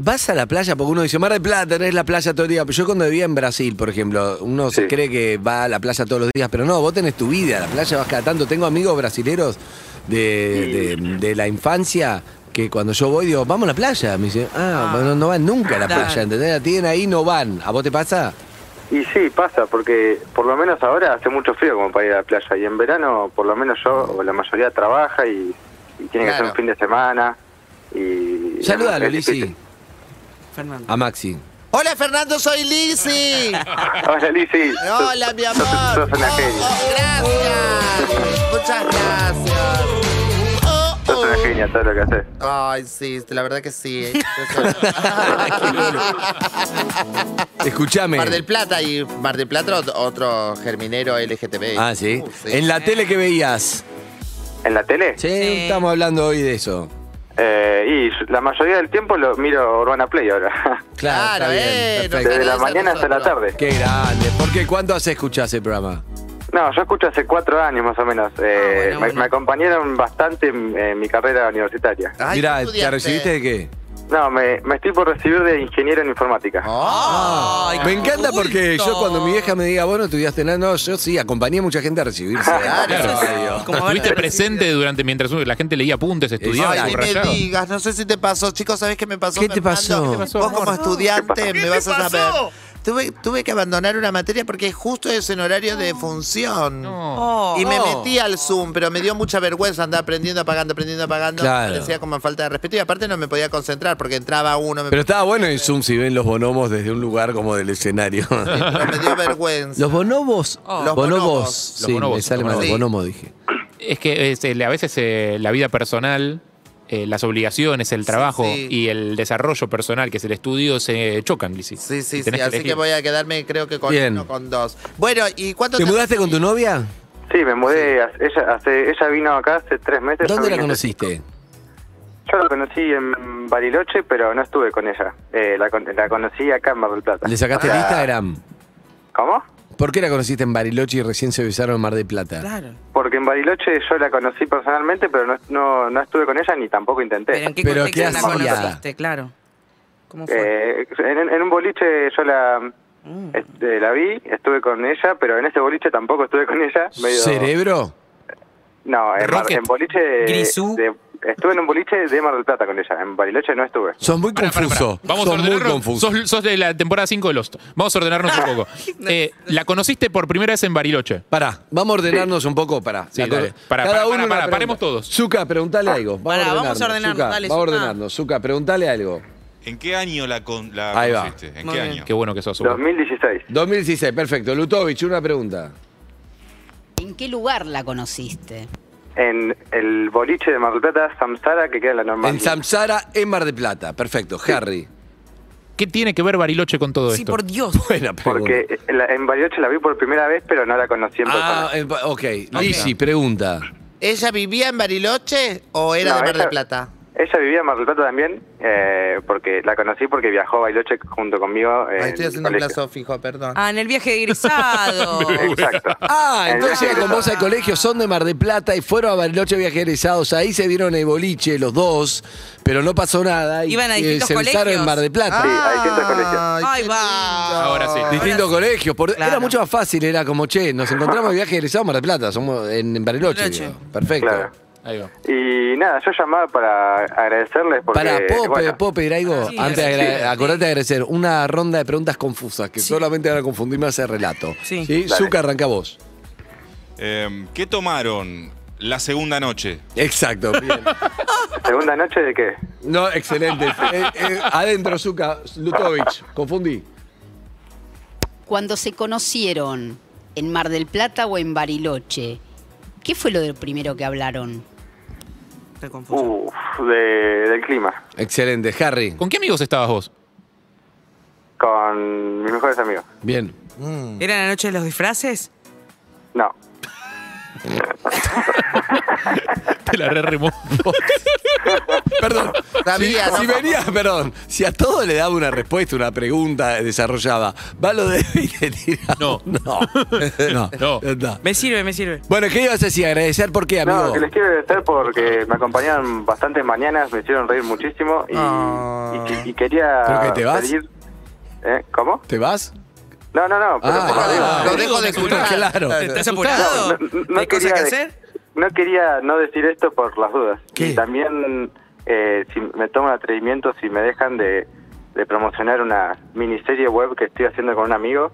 Speaker 2: Vas a la playa porque uno dice Mar del Plata, tenés la playa todo el día. Pero yo cuando vivía en Brasil, por ejemplo, uno se
Speaker 7: Sí.
Speaker 2: cree que va a la playa todos los días, pero no, vos tenés tu vida, la playa vas cada tanto. Tengo amigos brasileros de, de- de la infancia que cuando yo voy digo, vamos a la playa. Me dicen, ah,
Speaker 3: Ah.
Speaker 2: bueno, no van nunca a la
Speaker 3: Claro.
Speaker 2: playa, ¿entendés? La tienen ahí, no van. ¿A vos te pasa?
Speaker 7: Y sí, pasa, porque por lo menos ahora hace mucho frío como para ir a la playa. Y en verano, por lo menos yo, o la mayoría trabaja y, y tiene que
Speaker 5: Claro.
Speaker 7: hacer un fin de semana. Y,
Speaker 2: Saludalo,
Speaker 7: es difícil.
Speaker 2: Lisi,
Speaker 3: Fernando.
Speaker 2: a Maxi.
Speaker 5: Hola, Fernando, soy Lizzy.
Speaker 7: "Ah, Hola, Lisi.
Speaker 5: Hola, mi amor.
Speaker 7: Sos, sos una
Speaker 5: Oh,
Speaker 7: genia.
Speaker 5: oh, gracias. Muchas gracias. Oh,
Speaker 7: Sos una
Speaker 5: oh.
Speaker 7: genia, todo lo que haces.
Speaker 5: Ay, sí, la verdad que sí. ¿eh?
Speaker 2: Escuchame.
Speaker 5: Mar del Plata y Mar del Plata, ot- otro germinero LGTB.
Speaker 2: Ah, sí.
Speaker 5: Uh,
Speaker 2: En la tele que veías.
Speaker 7: ¿En la tele?
Speaker 2: Sí,
Speaker 3: Sí.
Speaker 2: estamos hablando hoy de eso.
Speaker 7: Eh, y la mayoría del tiempo lo miro Urbana Play ahora.
Speaker 2: Claro,
Speaker 5: Claro,
Speaker 2: está bien,
Speaker 5: eh, no
Speaker 2: perfecto.
Speaker 7: Desde la
Speaker 5: Esa
Speaker 7: mañana hasta la
Speaker 5: nosotros.
Speaker 7: tarde.
Speaker 2: Qué grande. Porque ¿cuánto hace escuchás el programa?
Speaker 7: No, yo escucho hace cuatro años más o menos. Eh,
Speaker 3: Ah, bueno,
Speaker 7: me,
Speaker 3: bueno.
Speaker 7: me acompañaron bastante en, en mi carrera universitaria.
Speaker 5: Ay,
Speaker 2: Mirá,
Speaker 5: ¿qué
Speaker 2: ¿te
Speaker 5: estudiaste?
Speaker 2: recibiste de qué?
Speaker 7: No, me, me estoy por recibir de ingeniero en informática.
Speaker 2: Ah.
Speaker 5: Oh.
Speaker 3: Ay,
Speaker 2: me encanta
Speaker 3: culto.
Speaker 2: porque yo cuando mi vieja me diga, vos no estudiaste nada, no, yo sí, acompañé a mucha gente a recibirse.
Speaker 5: Claro.
Speaker 2: Eso es-
Speaker 5: Claro.
Speaker 3: Como haber
Speaker 4: Estuviste presente durante mientras la gente leía apuntes, estudiaba,
Speaker 5: Ay, ni me
Speaker 4: subrayaba.
Speaker 5: digas, no sé si te pasó, chicos, ¿sabés qué me pasó?
Speaker 2: ¿Qué te pasó?
Speaker 5: Fernando?
Speaker 2: ¿Qué te
Speaker 4: pasó,
Speaker 5: Vos
Speaker 4: amor?
Speaker 5: como
Speaker 7: ¿Qué
Speaker 5: estudiante
Speaker 7: pasó?
Speaker 5: me vas a saber. Tuve, tuve que abandonar una materia porque justo es en horario de función.
Speaker 4: No.
Speaker 3: Oh.
Speaker 5: Y me
Speaker 2: Oh.
Speaker 5: metí al Zoom, pero me dio mucha vergüenza andar aprendiendo, apagando, aprendiendo, apagando.
Speaker 2: Claro.
Speaker 5: Parecía como falta de respeto y aparte no me podía concentrar porque entraba uno, me,
Speaker 2: Pero estaba bueno en Zoom si ven los bonobos desde un lugar como del escenario.
Speaker 5: pero me dio vergüenza.
Speaker 2: los bonobos.
Speaker 3: Oh.
Speaker 5: Los bonobos.
Speaker 2: bonobos. Sí,
Speaker 4: Los bonobos,
Speaker 2: me sale
Speaker 4: los
Speaker 2: mal.
Speaker 5: bonobos.
Speaker 2: Bonomo dije.
Speaker 4: Es que es, eh, a veces eh, la vida personal, eh, las obligaciones, el trabajo
Speaker 5: sí.
Speaker 4: y el desarrollo personal, que es el estudio, se chocan, Lisi.
Speaker 5: Sí, sí,
Speaker 4: Y
Speaker 5: sí.
Speaker 4: tenés
Speaker 5: Así
Speaker 4: elegir.
Speaker 5: que voy a quedarme, creo que con
Speaker 2: Bien.
Speaker 5: uno, con dos. Bueno, ¿y cuánto
Speaker 2: ¿Te mudaste con tu novia?
Speaker 7: Sí, me mudé. hace- Ella, hace, ella vino acá hace tres meses. yo
Speaker 2: ¿Dónde la
Speaker 7: vine hace-
Speaker 2: conociste?
Speaker 7: Yo la conocí en Bariloche, pero no estuve con ella. Eh, la, con- la conocí acá en Mar del Plata.
Speaker 2: ¿Le sacaste
Speaker 7: O
Speaker 2: el
Speaker 7: sea,
Speaker 2: Instagram?
Speaker 7: ¿Cómo?
Speaker 2: ¿Por qué la conociste en Bariloche y recién se besaron en Mar del Plata?
Speaker 3: Claro.
Speaker 7: Porque en Bariloche yo la conocí personalmente, pero no, no, no estuve con ella ni tampoco intenté.
Speaker 3: Pero en qué
Speaker 2: Pero,
Speaker 3: contexto
Speaker 2: ¿qué
Speaker 3: la
Speaker 2: hacía?
Speaker 3: conociste, claro. ¿Cómo fue?
Speaker 7: Eh, en, en un boliche yo la,
Speaker 3: Mm.
Speaker 7: este, la vi, estuve con ella, pero en ese boliche tampoco estuve con ella. medio-
Speaker 2: ¿Cerebro?
Speaker 7: No, en, Mar-
Speaker 4: Rocket.
Speaker 7: en boliche... de-
Speaker 3: Grisú.
Speaker 7: de- estuve en un boliche de Mar del Plata con ella. En Bariloche no estuve.
Speaker 2: Sos muy
Speaker 4: Pará, pará, pará.
Speaker 2: confuso.
Speaker 4: Vamos a
Speaker 2: Sos muy
Speaker 4: ordenarnos.
Speaker 2: confuso.
Speaker 4: Sos, sos de la temporada 5 de Lost. Vamos a ordenarnos un poco. Eh, la conociste por primera vez en Bariloche.
Speaker 2: Pará, vamos a ordenarnos un poco, pará.
Speaker 4: Sí,
Speaker 2: La co-
Speaker 4: dale. Pará,
Speaker 2: Cada
Speaker 4: pará,
Speaker 2: uno
Speaker 4: pará,
Speaker 2: una
Speaker 4: pará,
Speaker 2: pregunta.
Speaker 4: paremos todos.
Speaker 2: Zuka, preguntale algo. Vamos,
Speaker 3: Pará,
Speaker 2: a
Speaker 3: vamos a
Speaker 2: ordenarnos.
Speaker 3: ordenarnos,
Speaker 2: Zuka,
Speaker 3: dale,
Speaker 2: vamos a
Speaker 3: Zuka.
Speaker 2: ordenarnos. Zuka, preguntale algo.
Speaker 8: ¿En qué año la, con,
Speaker 4: Ah,
Speaker 8: la
Speaker 2: Ahí va.
Speaker 8: conociste? ¿En
Speaker 3: Muy
Speaker 8: qué
Speaker 3: bien.
Speaker 8: año?
Speaker 4: Qué bueno que sos. Hugo.
Speaker 7: 2016.
Speaker 2: 2016, perfecto. Lutovich, una pregunta.
Speaker 9: ¿En qué lugar la conociste?
Speaker 7: en el boliche de Mar del Plata, Samsara, que queda en la normal.
Speaker 2: En Samsara, en Mar de Plata. Perfecto, Harry.
Speaker 4: ¿Qué tiene que ver Bariloche con todo
Speaker 3: Sí,
Speaker 4: esto?
Speaker 3: por Dios.
Speaker 2: Buena pregunta.
Speaker 7: Porque la- en Bariloche la vi por primera vez, pero no la conocí en
Speaker 2: Ah,
Speaker 7: persona.
Speaker 2: en- ok. Lizzy, pregunta.
Speaker 5: ¿Ella vivía en Bariloche o era
Speaker 7: No,
Speaker 5: de Mar
Speaker 7: ella-
Speaker 5: del Plata?
Speaker 7: Ella vivía en Mar del Plata también, eh, porque la conocí porque viajó a Bariloche junto conmigo.
Speaker 5: Ay,
Speaker 7: en
Speaker 5: Ah, estoy
Speaker 7: el
Speaker 5: haciendo un
Speaker 7: colegio.
Speaker 5: plazo fijo, perdón.
Speaker 3: Ah, en el viaje de Grisado.
Speaker 7: Exacto.
Speaker 2: Ah, entonces
Speaker 7: Exacto.
Speaker 2: con vos al colegio son de Mar de Plata y fueron a Bariloche viajerizados. Ahí se vieron el boliche, los dos, pero no pasó nada. Y,
Speaker 3: Iban a
Speaker 2: eh,
Speaker 3: distintos
Speaker 2: se besaron
Speaker 3: colegios.
Speaker 2: en Mar de Plata.
Speaker 7: Sí, hay distintos colegios.
Speaker 3: Ay,
Speaker 5: qué
Speaker 3: va.
Speaker 5: lindo.
Speaker 4: Ahora sí.
Speaker 2: Distintos colegios. por- Era
Speaker 5: Claro.
Speaker 2: mucho más fácil, era como, che, nos encontramos de viaje egresado Mar de Plata, somos en, en Bariloche.
Speaker 3: Bariloche.
Speaker 2: digo. Perfecto.
Speaker 7: Claro.
Speaker 4: Ahí va.
Speaker 7: Y nada, yo llamaba para agradecerles porque...
Speaker 2: Para Pope,
Speaker 7: bueno,
Speaker 2: Pope, Graigo,
Speaker 3: Ah, Sí,
Speaker 2: antes de
Speaker 3: gracias.
Speaker 2: agra- acordate de agradecer una ronda de preguntas confusas que
Speaker 3: Sí.
Speaker 2: solamente van a confundirme hace relato.
Speaker 3: Sí.
Speaker 2: ¿Sí?
Speaker 7: Dale.
Speaker 2: Zucca, arranca vos.
Speaker 8: Eh, ¿Qué tomaron la segunda noche?
Speaker 2: Exacto, bien.
Speaker 7: ¿Segunda noche de qué?
Speaker 2: No, excelente. Eh, eh, adentro, Zuka, Lutovic, confundí.
Speaker 9: Cuando se conocieron en Mar del Plata o en Bariloche, ¿qué fue lo del primero que hablaron?
Speaker 3: Estoy confuso.
Speaker 6: Uh.
Speaker 7: Uf, de- del clima.
Speaker 2: Excelente, Harry.
Speaker 4: ¿Con qué amigos estabas vos?
Speaker 7: Con mis mejores amigos.
Speaker 2: Bien.
Speaker 3: ¿Era la noche de los disfraces?
Speaker 7: No.
Speaker 4: Te la re remó.
Speaker 2: Perdón.
Speaker 5: Sabía,
Speaker 2: si,
Speaker 5: ¿no?
Speaker 2: si venía, perdón. Si a todo le daba una respuesta, una pregunta desarrollada, va lo de y le tira-
Speaker 4: No.
Speaker 2: No. No.
Speaker 4: No.
Speaker 2: Ya está.
Speaker 3: Me sirve, me sirve.
Speaker 2: Bueno, ¿qué ibas a decir? ¿Agradecer por qué, amigo?
Speaker 7: No, que les quiero agradecer porque me acompañaron bastantes mañanas, me hicieron reír muchísimo y,
Speaker 5: Ah.
Speaker 7: y que- y quería
Speaker 2: ¿Pero que te vas?
Speaker 7: pedir- ¿Eh? ¿Cómo?
Speaker 2: ¿Te vas?
Speaker 7: No, no, no, pero por lo digo.
Speaker 5: ah,
Speaker 7: No,
Speaker 5: lo dejo de
Speaker 4: seguro,
Speaker 5: escuchar.
Speaker 2: claro.
Speaker 5: Claro.
Speaker 3: ¿Estás apurado?
Speaker 7: no- no
Speaker 3: ¿Hay cosas que
Speaker 7: de-
Speaker 3: hacer?
Speaker 7: No quería no decir esto por las dudas.
Speaker 2: ¿Qué?
Speaker 7: Y también eh, si me tomo el atrevimiento, si me dejan de, de promocionar una miniserie web que estoy haciendo con un amigo,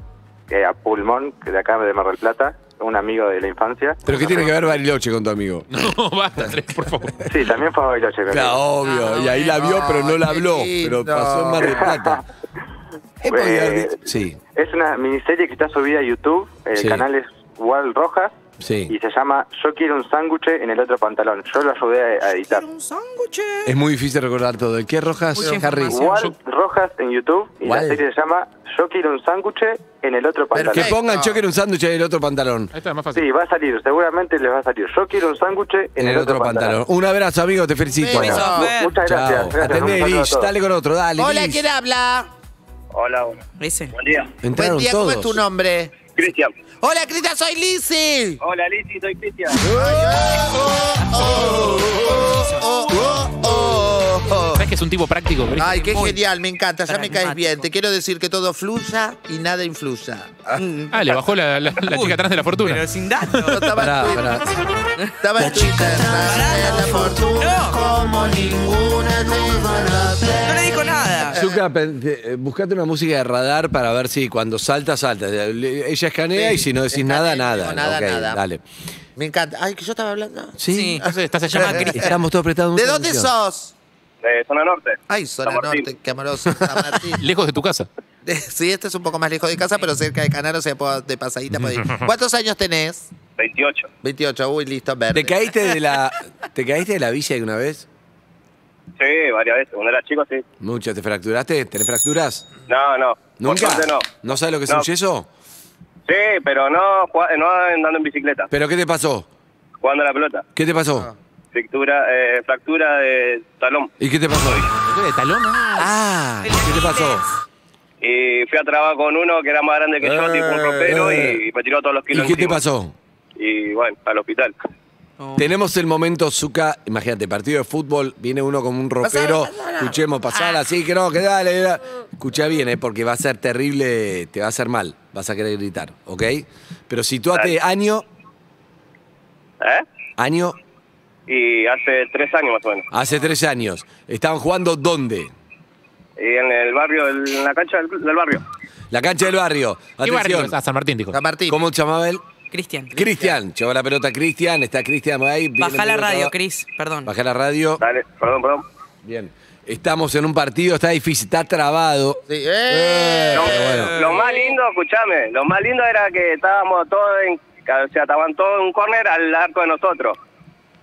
Speaker 7: eh, a Pulmón, que de acá de Mar del Plata, un amigo de la infancia.
Speaker 2: ¿Pero qué tiene que ver Bariloche con tu amigo?
Speaker 4: No, basta, tres, por favor.
Speaker 7: Sí, también fue a Bariloche. mi
Speaker 2: Claro,
Speaker 7: amigo.
Speaker 4: Ah,
Speaker 2: obvio. y ahí la vio, pero no la habló. Pero pasó en Mar del Plata. Eh, podía haber dicho- Sí,
Speaker 7: Es una miniserie que está subida a YouTube, el
Speaker 2: Sí.
Speaker 7: canal es Wal Rojas, y
Speaker 2: sí.
Speaker 7: se llama Yo quiero un sándwich en el otro pantalón. Yo lo ayudé a, a editar.
Speaker 3: Quiero un sándwich.
Speaker 2: Es muy difícil recordar todo. ¿Qué rojas,
Speaker 3: Mucha
Speaker 2: Harry?
Speaker 3: información.
Speaker 7: Wal Rojas en YouTube, y
Speaker 2: Wal.
Speaker 7: la serie se llama Yo quiero un sándwich en el otro pantalón.
Speaker 2: Que
Speaker 5: Perfecto.
Speaker 2: pongan yo quiero un sándwich en el otro pantalón.
Speaker 4: Ahí está, más fácil.
Speaker 7: Sí, va a salir, seguramente les va a salir. Yo quiero un sándwich en,
Speaker 2: En el otro pantalón. Un abrazo, amigo, te felicito.
Speaker 5: Bueno.
Speaker 7: Bueno,
Speaker 3: Besos, Fer.
Speaker 7: muchas
Speaker 2: Chao.
Speaker 7: gracias. gracias, un
Speaker 2: Atendé,
Speaker 7: saludo a
Speaker 2: Lish.
Speaker 7: todos.
Speaker 2: Dale con otro, dale.
Speaker 5: Hola,
Speaker 2: Lish.
Speaker 5: ¿quién habla?
Speaker 6: Hola,
Speaker 3: Ese.
Speaker 6: día.
Speaker 5: Buen
Speaker 2: Entraron
Speaker 5: día, ¿cómo es tu
Speaker 2: todos.
Speaker 5: nombre?
Speaker 6: Cristian.
Speaker 5: Hola, Crita, soy Lizzy.
Speaker 6: Hola, Lizzy, soy Cristian.
Speaker 5: Oh, oh, oh, oh.
Speaker 4: ¿Sabes que es un tipo práctico? Cris?
Speaker 5: Ay, qué
Speaker 3: Muy
Speaker 5: genial, me encanta, ya me caes
Speaker 3: pragmático.
Speaker 5: bien. Te quiero decir que todo fluya y nada influya.
Speaker 4: Ah, le bajó la, la- la chica atrás de la fortuna.
Speaker 3: Pero sin datos.
Speaker 5: Yo estaba en
Speaker 2: Pará,
Speaker 5: Twitter,
Speaker 2: pará.
Speaker 5: Estaba en Twitter, la fortuna como ninguna
Speaker 3: No le dijo nada.
Speaker 2: Zucca, pen- te- eh, buscate una música de radar para ver si cuando salta, salta. Le- Ella escanea
Speaker 5: Sí,
Speaker 2: y si no decís nada,
Speaker 5: escanea,
Speaker 2: nada.
Speaker 5: no, nada,
Speaker 2: Ok,
Speaker 5: nada.
Speaker 2: Dale.
Speaker 5: Me encanta. Ay, que yo estaba hablando.
Speaker 2: Sí. Eh,
Speaker 4: No sé, Estás
Speaker 3: Se llama
Speaker 4: allá.
Speaker 3: Cris.
Speaker 2: Estamos todos prestados.
Speaker 5: ¿De dónde sos?
Speaker 6: De Zona Norte.
Speaker 5: Ay, zona
Speaker 6: San Martín.
Speaker 5: norte, qué amoroso. San Martín.
Speaker 4: Lejos de tu casa.
Speaker 5: Sí, este es un poco más lejos de casa, pero cerca de Canaro, o sea, puedo- de pasadita por ahí. ¿Cuántos años tenés?
Speaker 6: 28.
Speaker 5: 28, uy, listo, verde.
Speaker 2: ¿Te caíste de la, ¿Te caíste de la villa alguna vez?
Speaker 6: Sí, varias veces. Cuando era chico, sí.
Speaker 2: Mucho. ¿Te fracturaste? ¿Tenés fracturas?
Speaker 6: No, no. Por
Speaker 2: ¿Nunca?
Speaker 6: suerte no.
Speaker 2: ¿No sabes lo que es
Speaker 6: No.
Speaker 2: un yeso?
Speaker 6: Sí, pero no, jua- no andando en bicicleta,
Speaker 2: ¿Pero qué te pasó?
Speaker 6: jugando a la pelota.
Speaker 2: ¿Qué te pasó?
Speaker 6: Fractura, eh, fractura de talón.
Speaker 2: ¿Y qué te pasó?
Speaker 4: ¿De talón?
Speaker 2: Ah, ¿qué te pasó?
Speaker 6: Y fui a trabajar con uno que era más grande que yo,
Speaker 2: Eh,
Speaker 6: tipo un ropero,
Speaker 2: eh.
Speaker 6: y me tiró todos los
Speaker 2: ¿Y
Speaker 6: kilos
Speaker 2: qué te
Speaker 6: encima.
Speaker 2: pasó?
Speaker 6: Y bueno, al hospital.
Speaker 2: Tenemos el momento, Zuka, imagínate, partido de fútbol, viene uno como un ropero, escuchemos pasar así, que no, que dale, dale. escucha bien, eh, porque va a ser terrible, te va a hacer mal, vas a querer gritar, ¿ok? Pero situate
Speaker 6: Dale.
Speaker 2: año,
Speaker 6: ¿Eh?
Speaker 2: año,
Speaker 6: Y hace tres años más o menos.
Speaker 2: hace tres años, estaban jugando ¿dónde?
Speaker 6: Y en el barrio, del- en la cancha del, del barrio.
Speaker 2: La cancha del barrio,
Speaker 4: ¿Qué barrio?
Speaker 2: atención,
Speaker 4: Ah, San Martín, dijo.
Speaker 5: San Martín.
Speaker 2: ¿cómo se llamaba él?
Speaker 3: Cristian.
Speaker 2: Cristian, lleva la pelota Cristian, está Cristian ahí. viene
Speaker 3: Baja la
Speaker 2: pelota,
Speaker 3: radio,
Speaker 2: va-
Speaker 3: Cris. Perdón.
Speaker 2: Baja la radio,
Speaker 6: Dale, perdón, perdón.
Speaker 2: bien. Estamos en un partido, está difícil, está trabado.
Speaker 5: Sí,
Speaker 2: Eh,
Speaker 5: ¡eh!
Speaker 6: Lo,
Speaker 2: bueno.
Speaker 6: lo más lindo, escuchame, lo más lindo era que estábamos todos en. O sea, estaban todos en un córner al arco de nosotros.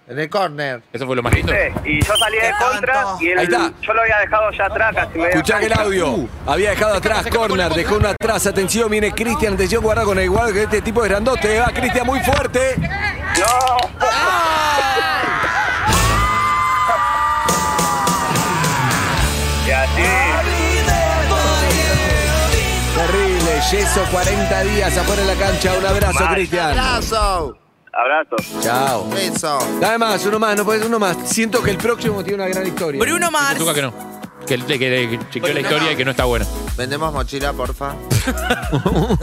Speaker 5: En el corner.
Speaker 4: Eso fue lo más lindo.
Speaker 6: Y yo salí de contra y
Speaker 2: Ahí está.
Speaker 6: yo lo había dejado ya atrás casi media
Speaker 2: Escuchá que el
Speaker 3: Uh.
Speaker 2: audio. Había dejado
Speaker 3: Este
Speaker 2: atrás corner, dejó uno atrás. Atención, viene Cristian. Atención, guarda con el guarda que este tipo es grandote. Va Cristian muy fuerte.
Speaker 6: Y así.
Speaker 2: Terrible. Yeso, 40 días afuera de la cancha. Un abrazo,
Speaker 6: Vaya.
Speaker 2: Cristian.
Speaker 5: Abrazo.
Speaker 6: Abrazo.
Speaker 2: Chao.
Speaker 5: Beso.
Speaker 2: Dame más, uno más, no puedes, uno más. Siento que el próximo tiene una gran historia.
Speaker 3: Bruno Mars.
Speaker 4: Tuca que no. Que, que, que chequeó la historia y que no está buena.
Speaker 5: Vendemos mochila, porfa.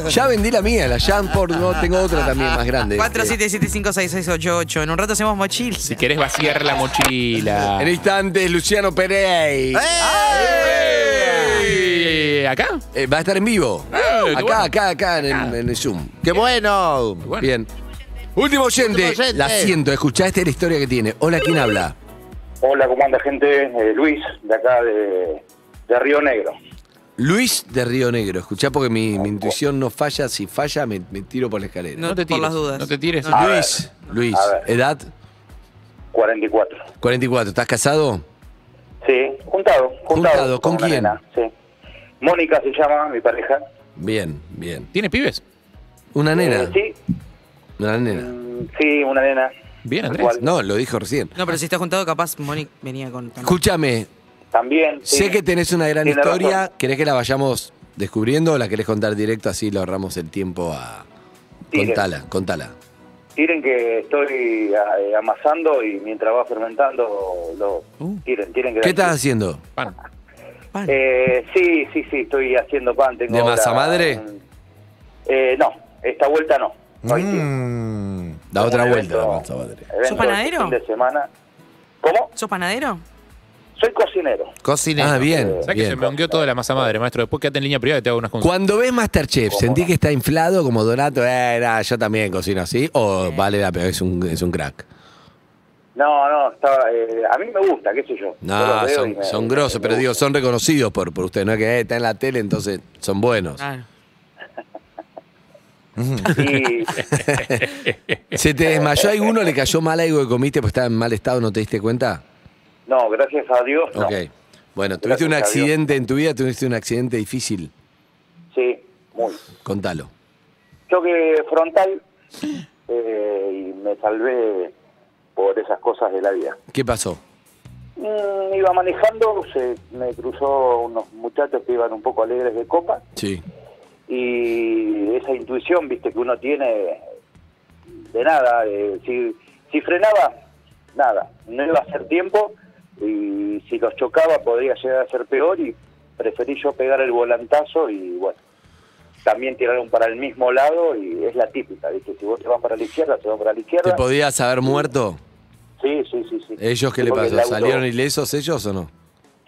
Speaker 2: Ya vendí la mía, la Jamford, no tengo otra también más grande. Eh,
Speaker 3: 47756688. En un rato hacemos mochil.
Speaker 4: Si querés vaciar la mochila.
Speaker 2: En instantes, Luciano Perey.
Speaker 4: Eh, ¿Acá?
Speaker 2: Eh, va a estar en vivo.
Speaker 4: Eh, qué
Speaker 2: acá,
Speaker 4: bueno.
Speaker 2: acá, acá en el, en el Zoom.
Speaker 5: ¡Qué bueno!
Speaker 4: Bueno.
Speaker 2: Bien. Último oyente.
Speaker 5: Último oyente.
Speaker 2: La siento, escuchaste la historia que tiene. Hola, ¿quién habla?
Speaker 6: Hola, ¿cómo anda gente? Eh, Luis, de acá de, de Río Negro.
Speaker 2: Luis de Río Negro. Escuchá porque mi, mi intuición no falla. Si falla, me, me tiro por la escalera.
Speaker 3: No,
Speaker 4: No te
Speaker 3: por
Speaker 4: tires.
Speaker 3: las dudas.
Speaker 4: No te tires.
Speaker 3: No.
Speaker 2: Luis, Luis,
Speaker 6: A ver.
Speaker 2: edad
Speaker 6: 44.
Speaker 2: 44. ¿Estás casado?
Speaker 6: Sí, juntado. Juntado.
Speaker 2: Juntado, ¿con
Speaker 6: una
Speaker 2: quién?
Speaker 6: nena, sí. Mónica se llama, mi pareja.
Speaker 2: Bien, bien.
Speaker 4: ¿Tienes pibes?
Speaker 2: Una nena.
Speaker 6: Eh, sí,
Speaker 2: Una nena.
Speaker 6: mm, sí, una nena.
Speaker 4: Bien, Andrés.
Speaker 6: Igual.
Speaker 2: No, lo dijo recién.
Speaker 3: No, pero si está juntado, capaz Monique venía con.
Speaker 2: Escúchame,
Speaker 6: También. sí.
Speaker 2: sé que tenés una gran
Speaker 6: Tiene
Speaker 2: historia.
Speaker 6: razón.
Speaker 2: ¿Querés que la vayamos descubriendo o la querés contar directo? Así le ahorramos el tiempo a.
Speaker 6: Tire.
Speaker 2: Contala, contala.
Speaker 6: Tiren que estoy ah, eh, amasando y mientras va fermentando, lo tiren, tiren que
Speaker 2: Uh. ¿Qué estás haciendo?
Speaker 4: Pan.
Speaker 3: Pan.
Speaker 6: Eh, sí, sí, sí, estoy haciendo pan. Tengo
Speaker 2: ¿De masa
Speaker 6: ahora,
Speaker 2: madre?
Speaker 6: mm, Eh, no, esta vuelta no. Hoy sí.
Speaker 4: Mm.
Speaker 2: Da Mm, otra
Speaker 6: Un
Speaker 2: vuelta.
Speaker 6: evento-
Speaker 2: avanza, madre.
Speaker 6: evento
Speaker 3: ¿Sos panadero?
Speaker 6: este Fin de semana. ¿Cómo?
Speaker 3: ¿Sos panadero?
Speaker 6: Soy cocinero.
Speaker 5: Cocinero.
Speaker 2: Ah, bien.
Speaker 4: ¿Sabes que se
Speaker 2: bien.
Speaker 4: me hongueó toda la masa madre, maestro? Después quédate en línea privada y te hago unas consultas.
Speaker 2: Cuando ves Masterchef, ¿sentí que está inflado como Donato? Eh, nah, yo también cocino así. O vale la pena, es un, es un crack.
Speaker 6: No, no, estaba, eh, a mí me gusta, qué sé yo. Yo los
Speaker 2: No,
Speaker 6: veo y
Speaker 2: son,
Speaker 6: me-
Speaker 2: son
Speaker 6: me-
Speaker 2: grosos,
Speaker 6: me
Speaker 2: pero digo,
Speaker 6: gusta.
Speaker 2: son reconocidos por, por ustedes. No es que eh, está en la tele, entonces son buenos.
Speaker 3: Claro.
Speaker 4: Ah.
Speaker 6: Y,
Speaker 2: ¿Se te desmayó alguno? ¿Le cayó mal algo que comiste porque estaba en mal estado? ¿No te diste cuenta?
Speaker 6: no, gracias a Dios, no.
Speaker 2: Ok. Bueno, tuviste un
Speaker 6: Gracias a Dios.
Speaker 2: accidente en tu vida, tuviste un accidente difícil.
Speaker 6: Sí, muy.
Speaker 2: Contalo.
Speaker 6: Choque frontal eh, y me salvé por esas cosas de la vida.
Speaker 2: ¿Qué pasó?
Speaker 6: Mm, iba manejando, se me cruzó unos muchachos que iban un poco alegres de copa
Speaker 2: Sí.
Speaker 6: y esa intuición, viste, que uno tiene de nada. eh, si, si frenaba, nada, no iba a hacer tiempo y si los chocaba podría llegar a ser peor y preferí yo pegar el volantazo y bueno, también tiraron para el mismo lado y es la típica, viste, si vos te vas para la izquierda, te vas para la
Speaker 2: ¿Te
Speaker 6: izquierda.
Speaker 2: podías haber muerto?
Speaker 6: Sí, sí, sí, sí.
Speaker 2: ¿Ellos qué
Speaker 6: Sí,
Speaker 2: le
Speaker 6: porque
Speaker 2: pasó?
Speaker 6: el auto-
Speaker 2: ¿Salieron ilesos ellos o no?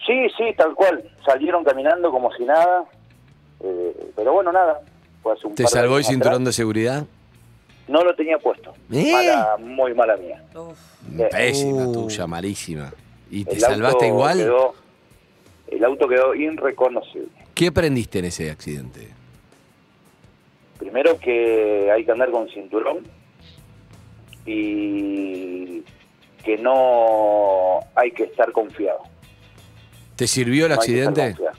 Speaker 6: Sí, sí, tal cual. Salieron caminando como si nada. Eh, pero bueno, nada. Fue hace un
Speaker 2: ¿Te
Speaker 6: par de
Speaker 2: salvó el
Speaker 6: años
Speaker 2: cinturón de
Speaker 6: atrás.
Speaker 2: seguridad?
Speaker 6: No lo tenía puesto.
Speaker 2: ¿Eh?
Speaker 6: Mala, muy mala mía. Eh,
Speaker 2: Pésima tuya, malísima. ¿Y te
Speaker 6: el auto
Speaker 2: salvaste igual?
Speaker 6: quedó- el auto quedó irreconocible.
Speaker 2: ¿Qué aprendiste en ese accidente?
Speaker 6: Primero que hay que andar con cinturón y que no hay que estar confiado.
Speaker 2: ¿Te sirvió el
Speaker 6: No hay que estar
Speaker 2: accidente?
Speaker 6: confiado.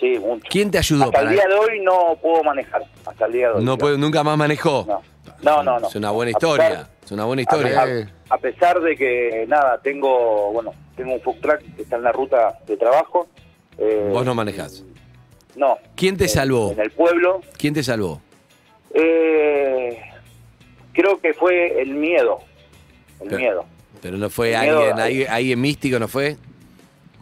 Speaker 6: Sí, mucho.
Speaker 2: ¿Quién te ayudó
Speaker 6: Hasta
Speaker 2: para-
Speaker 6: el día de hoy no puedo manejar. Hasta el día de hoy.
Speaker 2: No puedo, nunca más manejó.
Speaker 6: No, no, no. no.
Speaker 2: Es una buena
Speaker 6: A
Speaker 2: historia.
Speaker 6: pesar-
Speaker 2: Es una buena
Speaker 6: A,
Speaker 2: historia.
Speaker 6: pesar- a pesar de que, nada, tengo, bueno, tengo un food track que está en la ruta de trabajo. eh,
Speaker 2: Vos no manejás.
Speaker 6: No.
Speaker 2: ¿Quién te
Speaker 6: Eh,
Speaker 2: salvó?
Speaker 6: En el pueblo.
Speaker 2: ¿Quién te salvó?
Speaker 6: eh, creo que fue el miedo. El
Speaker 2: Pero-
Speaker 6: miedo.
Speaker 2: Pero no fue
Speaker 6: El miedo
Speaker 2: alguien,
Speaker 6: a-
Speaker 2: alguien, alguien místico, ¿no fue?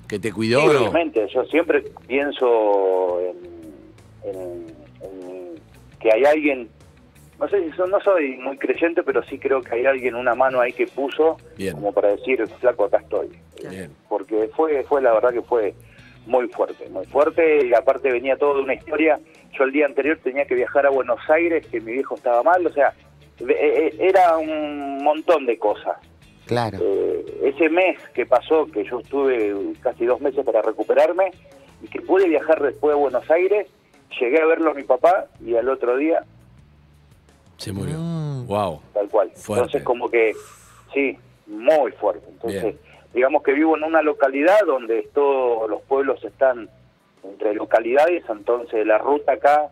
Speaker 2: ¿Que te
Speaker 6: Sí,
Speaker 2: cuidó? ¿no?
Speaker 6: obviamente, yo siempre pienso en, en- en que hay alguien, no sé si son- no soy muy creyente, pero sí creo que hay alguien, una mano ahí que puso,
Speaker 2: Bien.
Speaker 6: como para decir, flaco, acá estoy.
Speaker 2: Bien.
Speaker 6: Porque fue, fue la verdad que fue muy fuerte, muy fuerte, y aparte venía todo de una historia, yo el día anterior tenía que viajar a Buenos Aires, que mi viejo estaba mal, o sea, de- e- e- era un montón de cosas.
Speaker 5: Claro.
Speaker 6: Eh, ese mes que pasó, que yo estuve casi dos meses para recuperarme y que pude viajar después a Buenos Aires, llegué a verlo a mi papá y al otro día,
Speaker 2: Se murió. Wow. Mm.
Speaker 6: tal cual.
Speaker 2: Fuerte.
Speaker 6: Entonces como que, sí, muy fuerte. Entonces,
Speaker 2: Bien.
Speaker 6: digamos que vivo en una localidad donde todos los pueblos están entre localidades, entonces la ruta acá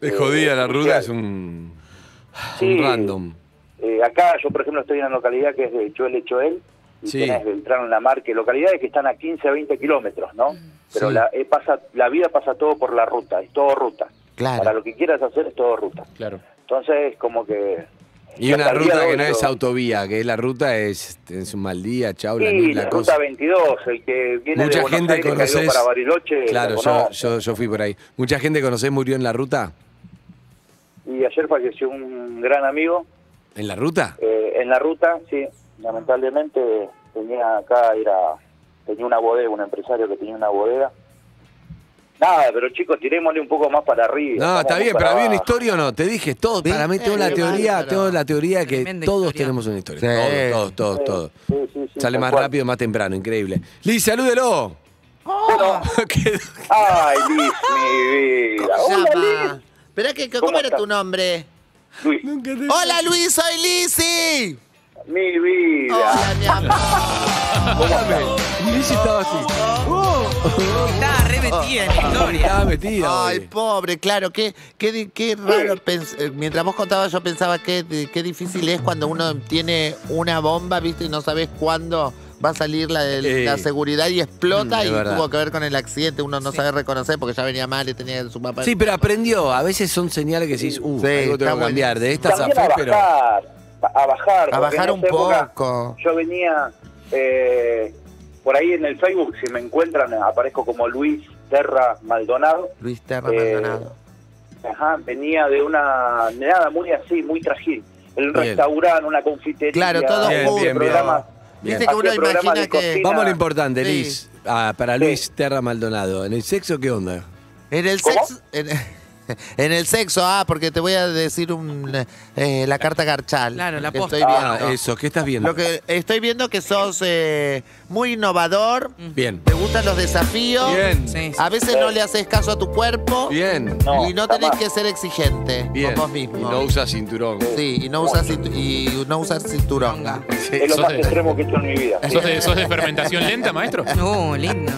Speaker 2: Es
Speaker 6: Eh,
Speaker 2: jodida, la ruta
Speaker 6: claro.
Speaker 2: es un,
Speaker 6: Sí.
Speaker 2: un random.
Speaker 6: Eh, acá yo, por ejemplo, estoy en una localidad que es de Choel Choel, y
Speaker 2: Sí.
Speaker 6: tenés Beltrán Lamarque, localidades que están a 15 a 20 kilómetros, ¿no? Pero
Speaker 2: Sí.
Speaker 6: la, eh, pasa, la vida pasa todo por la ruta, es todo ruta.
Speaker 5: Claro.
Speaker 6: Para lo que quieras hacer es todo ruta.
Speaker 4: Claro.
Speaker 6: Entonces, como que...
Speaker 2: Y una
Speaker 6: hasta el día
Speaker 2: ruta
Speaker 6: de
Speaker 2: que
Speaker 6: hoy
Speaker 2: no
Speaker 6: yo-
Speaker 2: es autovía, que es la ruta es, es un mal día, chau, la,
Speaker 6: Sí,
Speaker 2: nubla,
Speaker 6: la,
Speaker 2: cosa.
Speaker 6: ruta 22, el que viene de
Speaker 2: Mucha
Speaker 6: Buenos
Speaker 2: gente
Speaker 6: Aires, que
Speaker 2: conoces.
Speaker 6: para Bariloche, la
Speaker 2: Claro, yo,
Speaker 6: conoce.
Speaker 2: yo, yo fui por ahí. ¿Mucha gente conocés murió en la ruta?
Speaker 6: Y ayer falleció un gran amigo
Speaker 2: ¿En la ruta?
Speaker 6: eh, en la ruta, sí. Lamentablemente tenía acá, era tenía una bodega, un empresario que tenía una bodega. Nada, pero chicos, tirémosle un poco más para arriba.
Speaker 2: No,
Speaker 6: Estamos
Speaker 2: está
Speaker 6: muy
Speaker 2: bien,
Speaker 6: para
Speaker 2: pero había una
Speaker 6: abajo.
Speaker 2: historia o no. Te dije, todos,
Speaker 5: ¿Sí?
Speaker 2: para mí tengo la
Speaker 5: Eh,
Speaker 2: teoría,
Speaker 5: bárbaro.
Speaker 2: tengo la teoría que
Speaker 3: Tremenda
Speaker 2: todos
Speaker 3: historia.
Speaker 2: tenemos una historia.
Speaker 5: Sí.
Speaker 2: Todos, todos, todos, todos.
Speaker 6: Sí, sí, sí,
Speaker 2: Sale
Speaker 6: tal
Speaker 2: más
Speaker 6: cual.
Speaker 2: rápido, más temprano, increíble. Liz, salúdelo.
Speaker 6: Bueno,
Speaker 2: Quedó-
Speaker 6: ay, Liz, mi vida.
Speaker 5: ¿Cómo
Speaker 6: Hola,
Speaker 5: se
Speaker 6: Liz.
Speaker 5: llama? Esperá que, que-
Speaker 6: ¿Cómo
Speaker 5: ¿cómo era
Speaker 6: estás?
Speaker 5: tu nombre?
Speaker 6: Luis,
Speaker 5: Hola Luis, soy Lizzy.
Speaker 6: mi vida.
Speaker 5: Hola, mi amor.
Speaker 2: Liz estaba así.
Speaker 3: Estaba re metida en la
Speaker 4: Oh.
Speaker 3: historia.
Speaker 2: Estaba metida.
Speaker 5: Ay,
Speaker 2: boludo.
Speaker 5: pobre, claro, qué, qué, di- qué raro. pens- eh, Mientras vos contabas, yo pensaba qué, di- qué difícil es cuando uno tiene una bomba, ¿viste? Y no sabes cuándo va a salir la, del-
Speaker 2: Eh.
Speaker 5: la seguridad y explota
Speaker 2: Mm, es
Speaker 5: y
Speaker 2: verdad.
Speaker 5: tuvo que ver con el accidente. Uno no sabe reconocer porque ya venía mal y tenía su papá.
Speaker 2: Sí, pero aprendió. A veces son señales que decís, uh,
Speaker 5: Sí,
Speaker 2: algo
Speaker 5: está
Speaker 2: tengo que cambiar. De esta
Speaker 6: También
Speaker 2: zafé,
Speaker 6: a
Speaker 2: pero.
Speaker 6: bajar, a bajar.
Speaker 5: a
Speaker 6: porque en
Speaker 5: bajar
Speaker 6: esa
Speaker 5: un
Speaker 6: época
Speaker 5: poco.
Speaker 6: Yo venía eh, por ahí en el Facebook, si me encuentran, aparezco como Luis Terra Maldonado.
Speaker 5: Luis Terra
Speaker 6: Eh,
Speaker 5: Maldonado.
Speaker 6: Ajá, venía de una nada muy así, muy trajín. El
Speaker 2: Bien.
Speaker 6: restaurante, una confitería.
Speaker 5: Claro, todo
Speaker 2: Bien,
Speaker 5: junto.
Speaker 2: bien, bien.
Speaker 6: programa.
Speaker 2: Bien.
Speaker 5: Viste que uno
Speaker 6: Hacía programa
Speaker 5: imagina
Speaker 6: de
Speaker 5: que.
Speaker 6: cocina.
Speaker 2: Vamos a lo importante,
Speaker 5: Sí.
Speaker 2: Liz. Ah, para Luis Terra Maldonado. ¿En el sexo qué onda?
Speaker 5: En el
Speaker 6: ¿Cómo?
Speaker 5: sexo. En, en el sexo, ah, porque te voy a decir un, eh, la carta garchal.
Speaker 3: Claro, la
Speaker 5: que
Speaker 3: posta.
Speaker 5: estoy viendo.
Speaker 2: Ah, eso, ¿qué estás viendo?
Speaker 5: Lo que estoy viendo que sos eh, muy innovador,
Speaker 2: Bien.
Speaker 5: te gustan los desafíos,
Speaker 2: Bien.
Speaker 3: Sí, sí.
Speaker 4: Ah.
Speaker 5: a veces no le haces caso a tu cuerpo
Speaker 2: Bien.
Speaker 6: No,
Speaker 5: y no tenés
Speaker 6: jamás.
Speaker 5: que ser exigente
Speaker 2: Bien.
Speaker 5: con vos
Speaker 2: Y
Speaker 5: mismo.
Speaker 2: no usa cinturón.
Speaker 5: sí, y no usas cintu- y no usas cinturón.
Speaker 6: Es lo
Speaker 4: Sos
Speaker 6: más
Speaker 4: de-
Speaker 6: extremo que he hecho en mi vida.
Speaker 4: ¿Sos de, sos de fermentación lenta, maestro?
Speaker 3: No, Uh, lindo.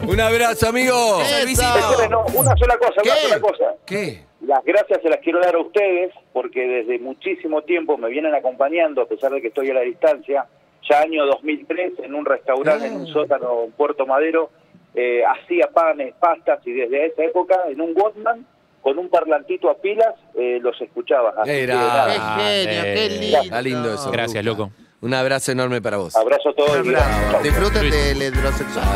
Speaker 2: Un abrazo, amigo.
Speaker 5: ¡Eso!
Speaker 6: Escúchame, no, una sola cosa, una
Speaker 5: ¿Qué?
Speaker 6: sola cosa.
Speaker 2: ¿Qué?
Speaker 6: Las gracias se las quiero dar a ustedes porque desde muchísimo tiempo me vienen acompañando, a pesar de que estoy a la distancia, ya año 2003 en un restaurante en un sótano en Puerto Madero, eh, hacía panes, pastas y desde esa época en un Walkman con un parlantito a pilas eh, los escuchaba. Así que
Speaker 2: Era.
Speaker 5: ¡Qué
Speaker 6: nada,
Speaker 5: genio, qué
Speaker 4: eh,
Speaker 5: lindo!
Speaker 2: Está lindo eso.
Speaker 4: Gracias,
Speaker 2: Luca.
Speaker 4: loco.
Speaker 2: Un abrazo enorme para vos.
Speaker 6: abrazo a todos. y gracias. Chau.
Speaker 5: Disfruten del heterosexual,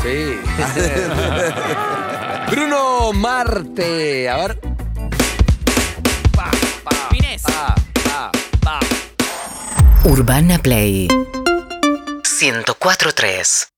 Speaker 5: chicos.
Speaker 2: Sí. Bruno Marte. A ver.
Speaker 3: Inés.
Speaker 10: Urbana Play 104.3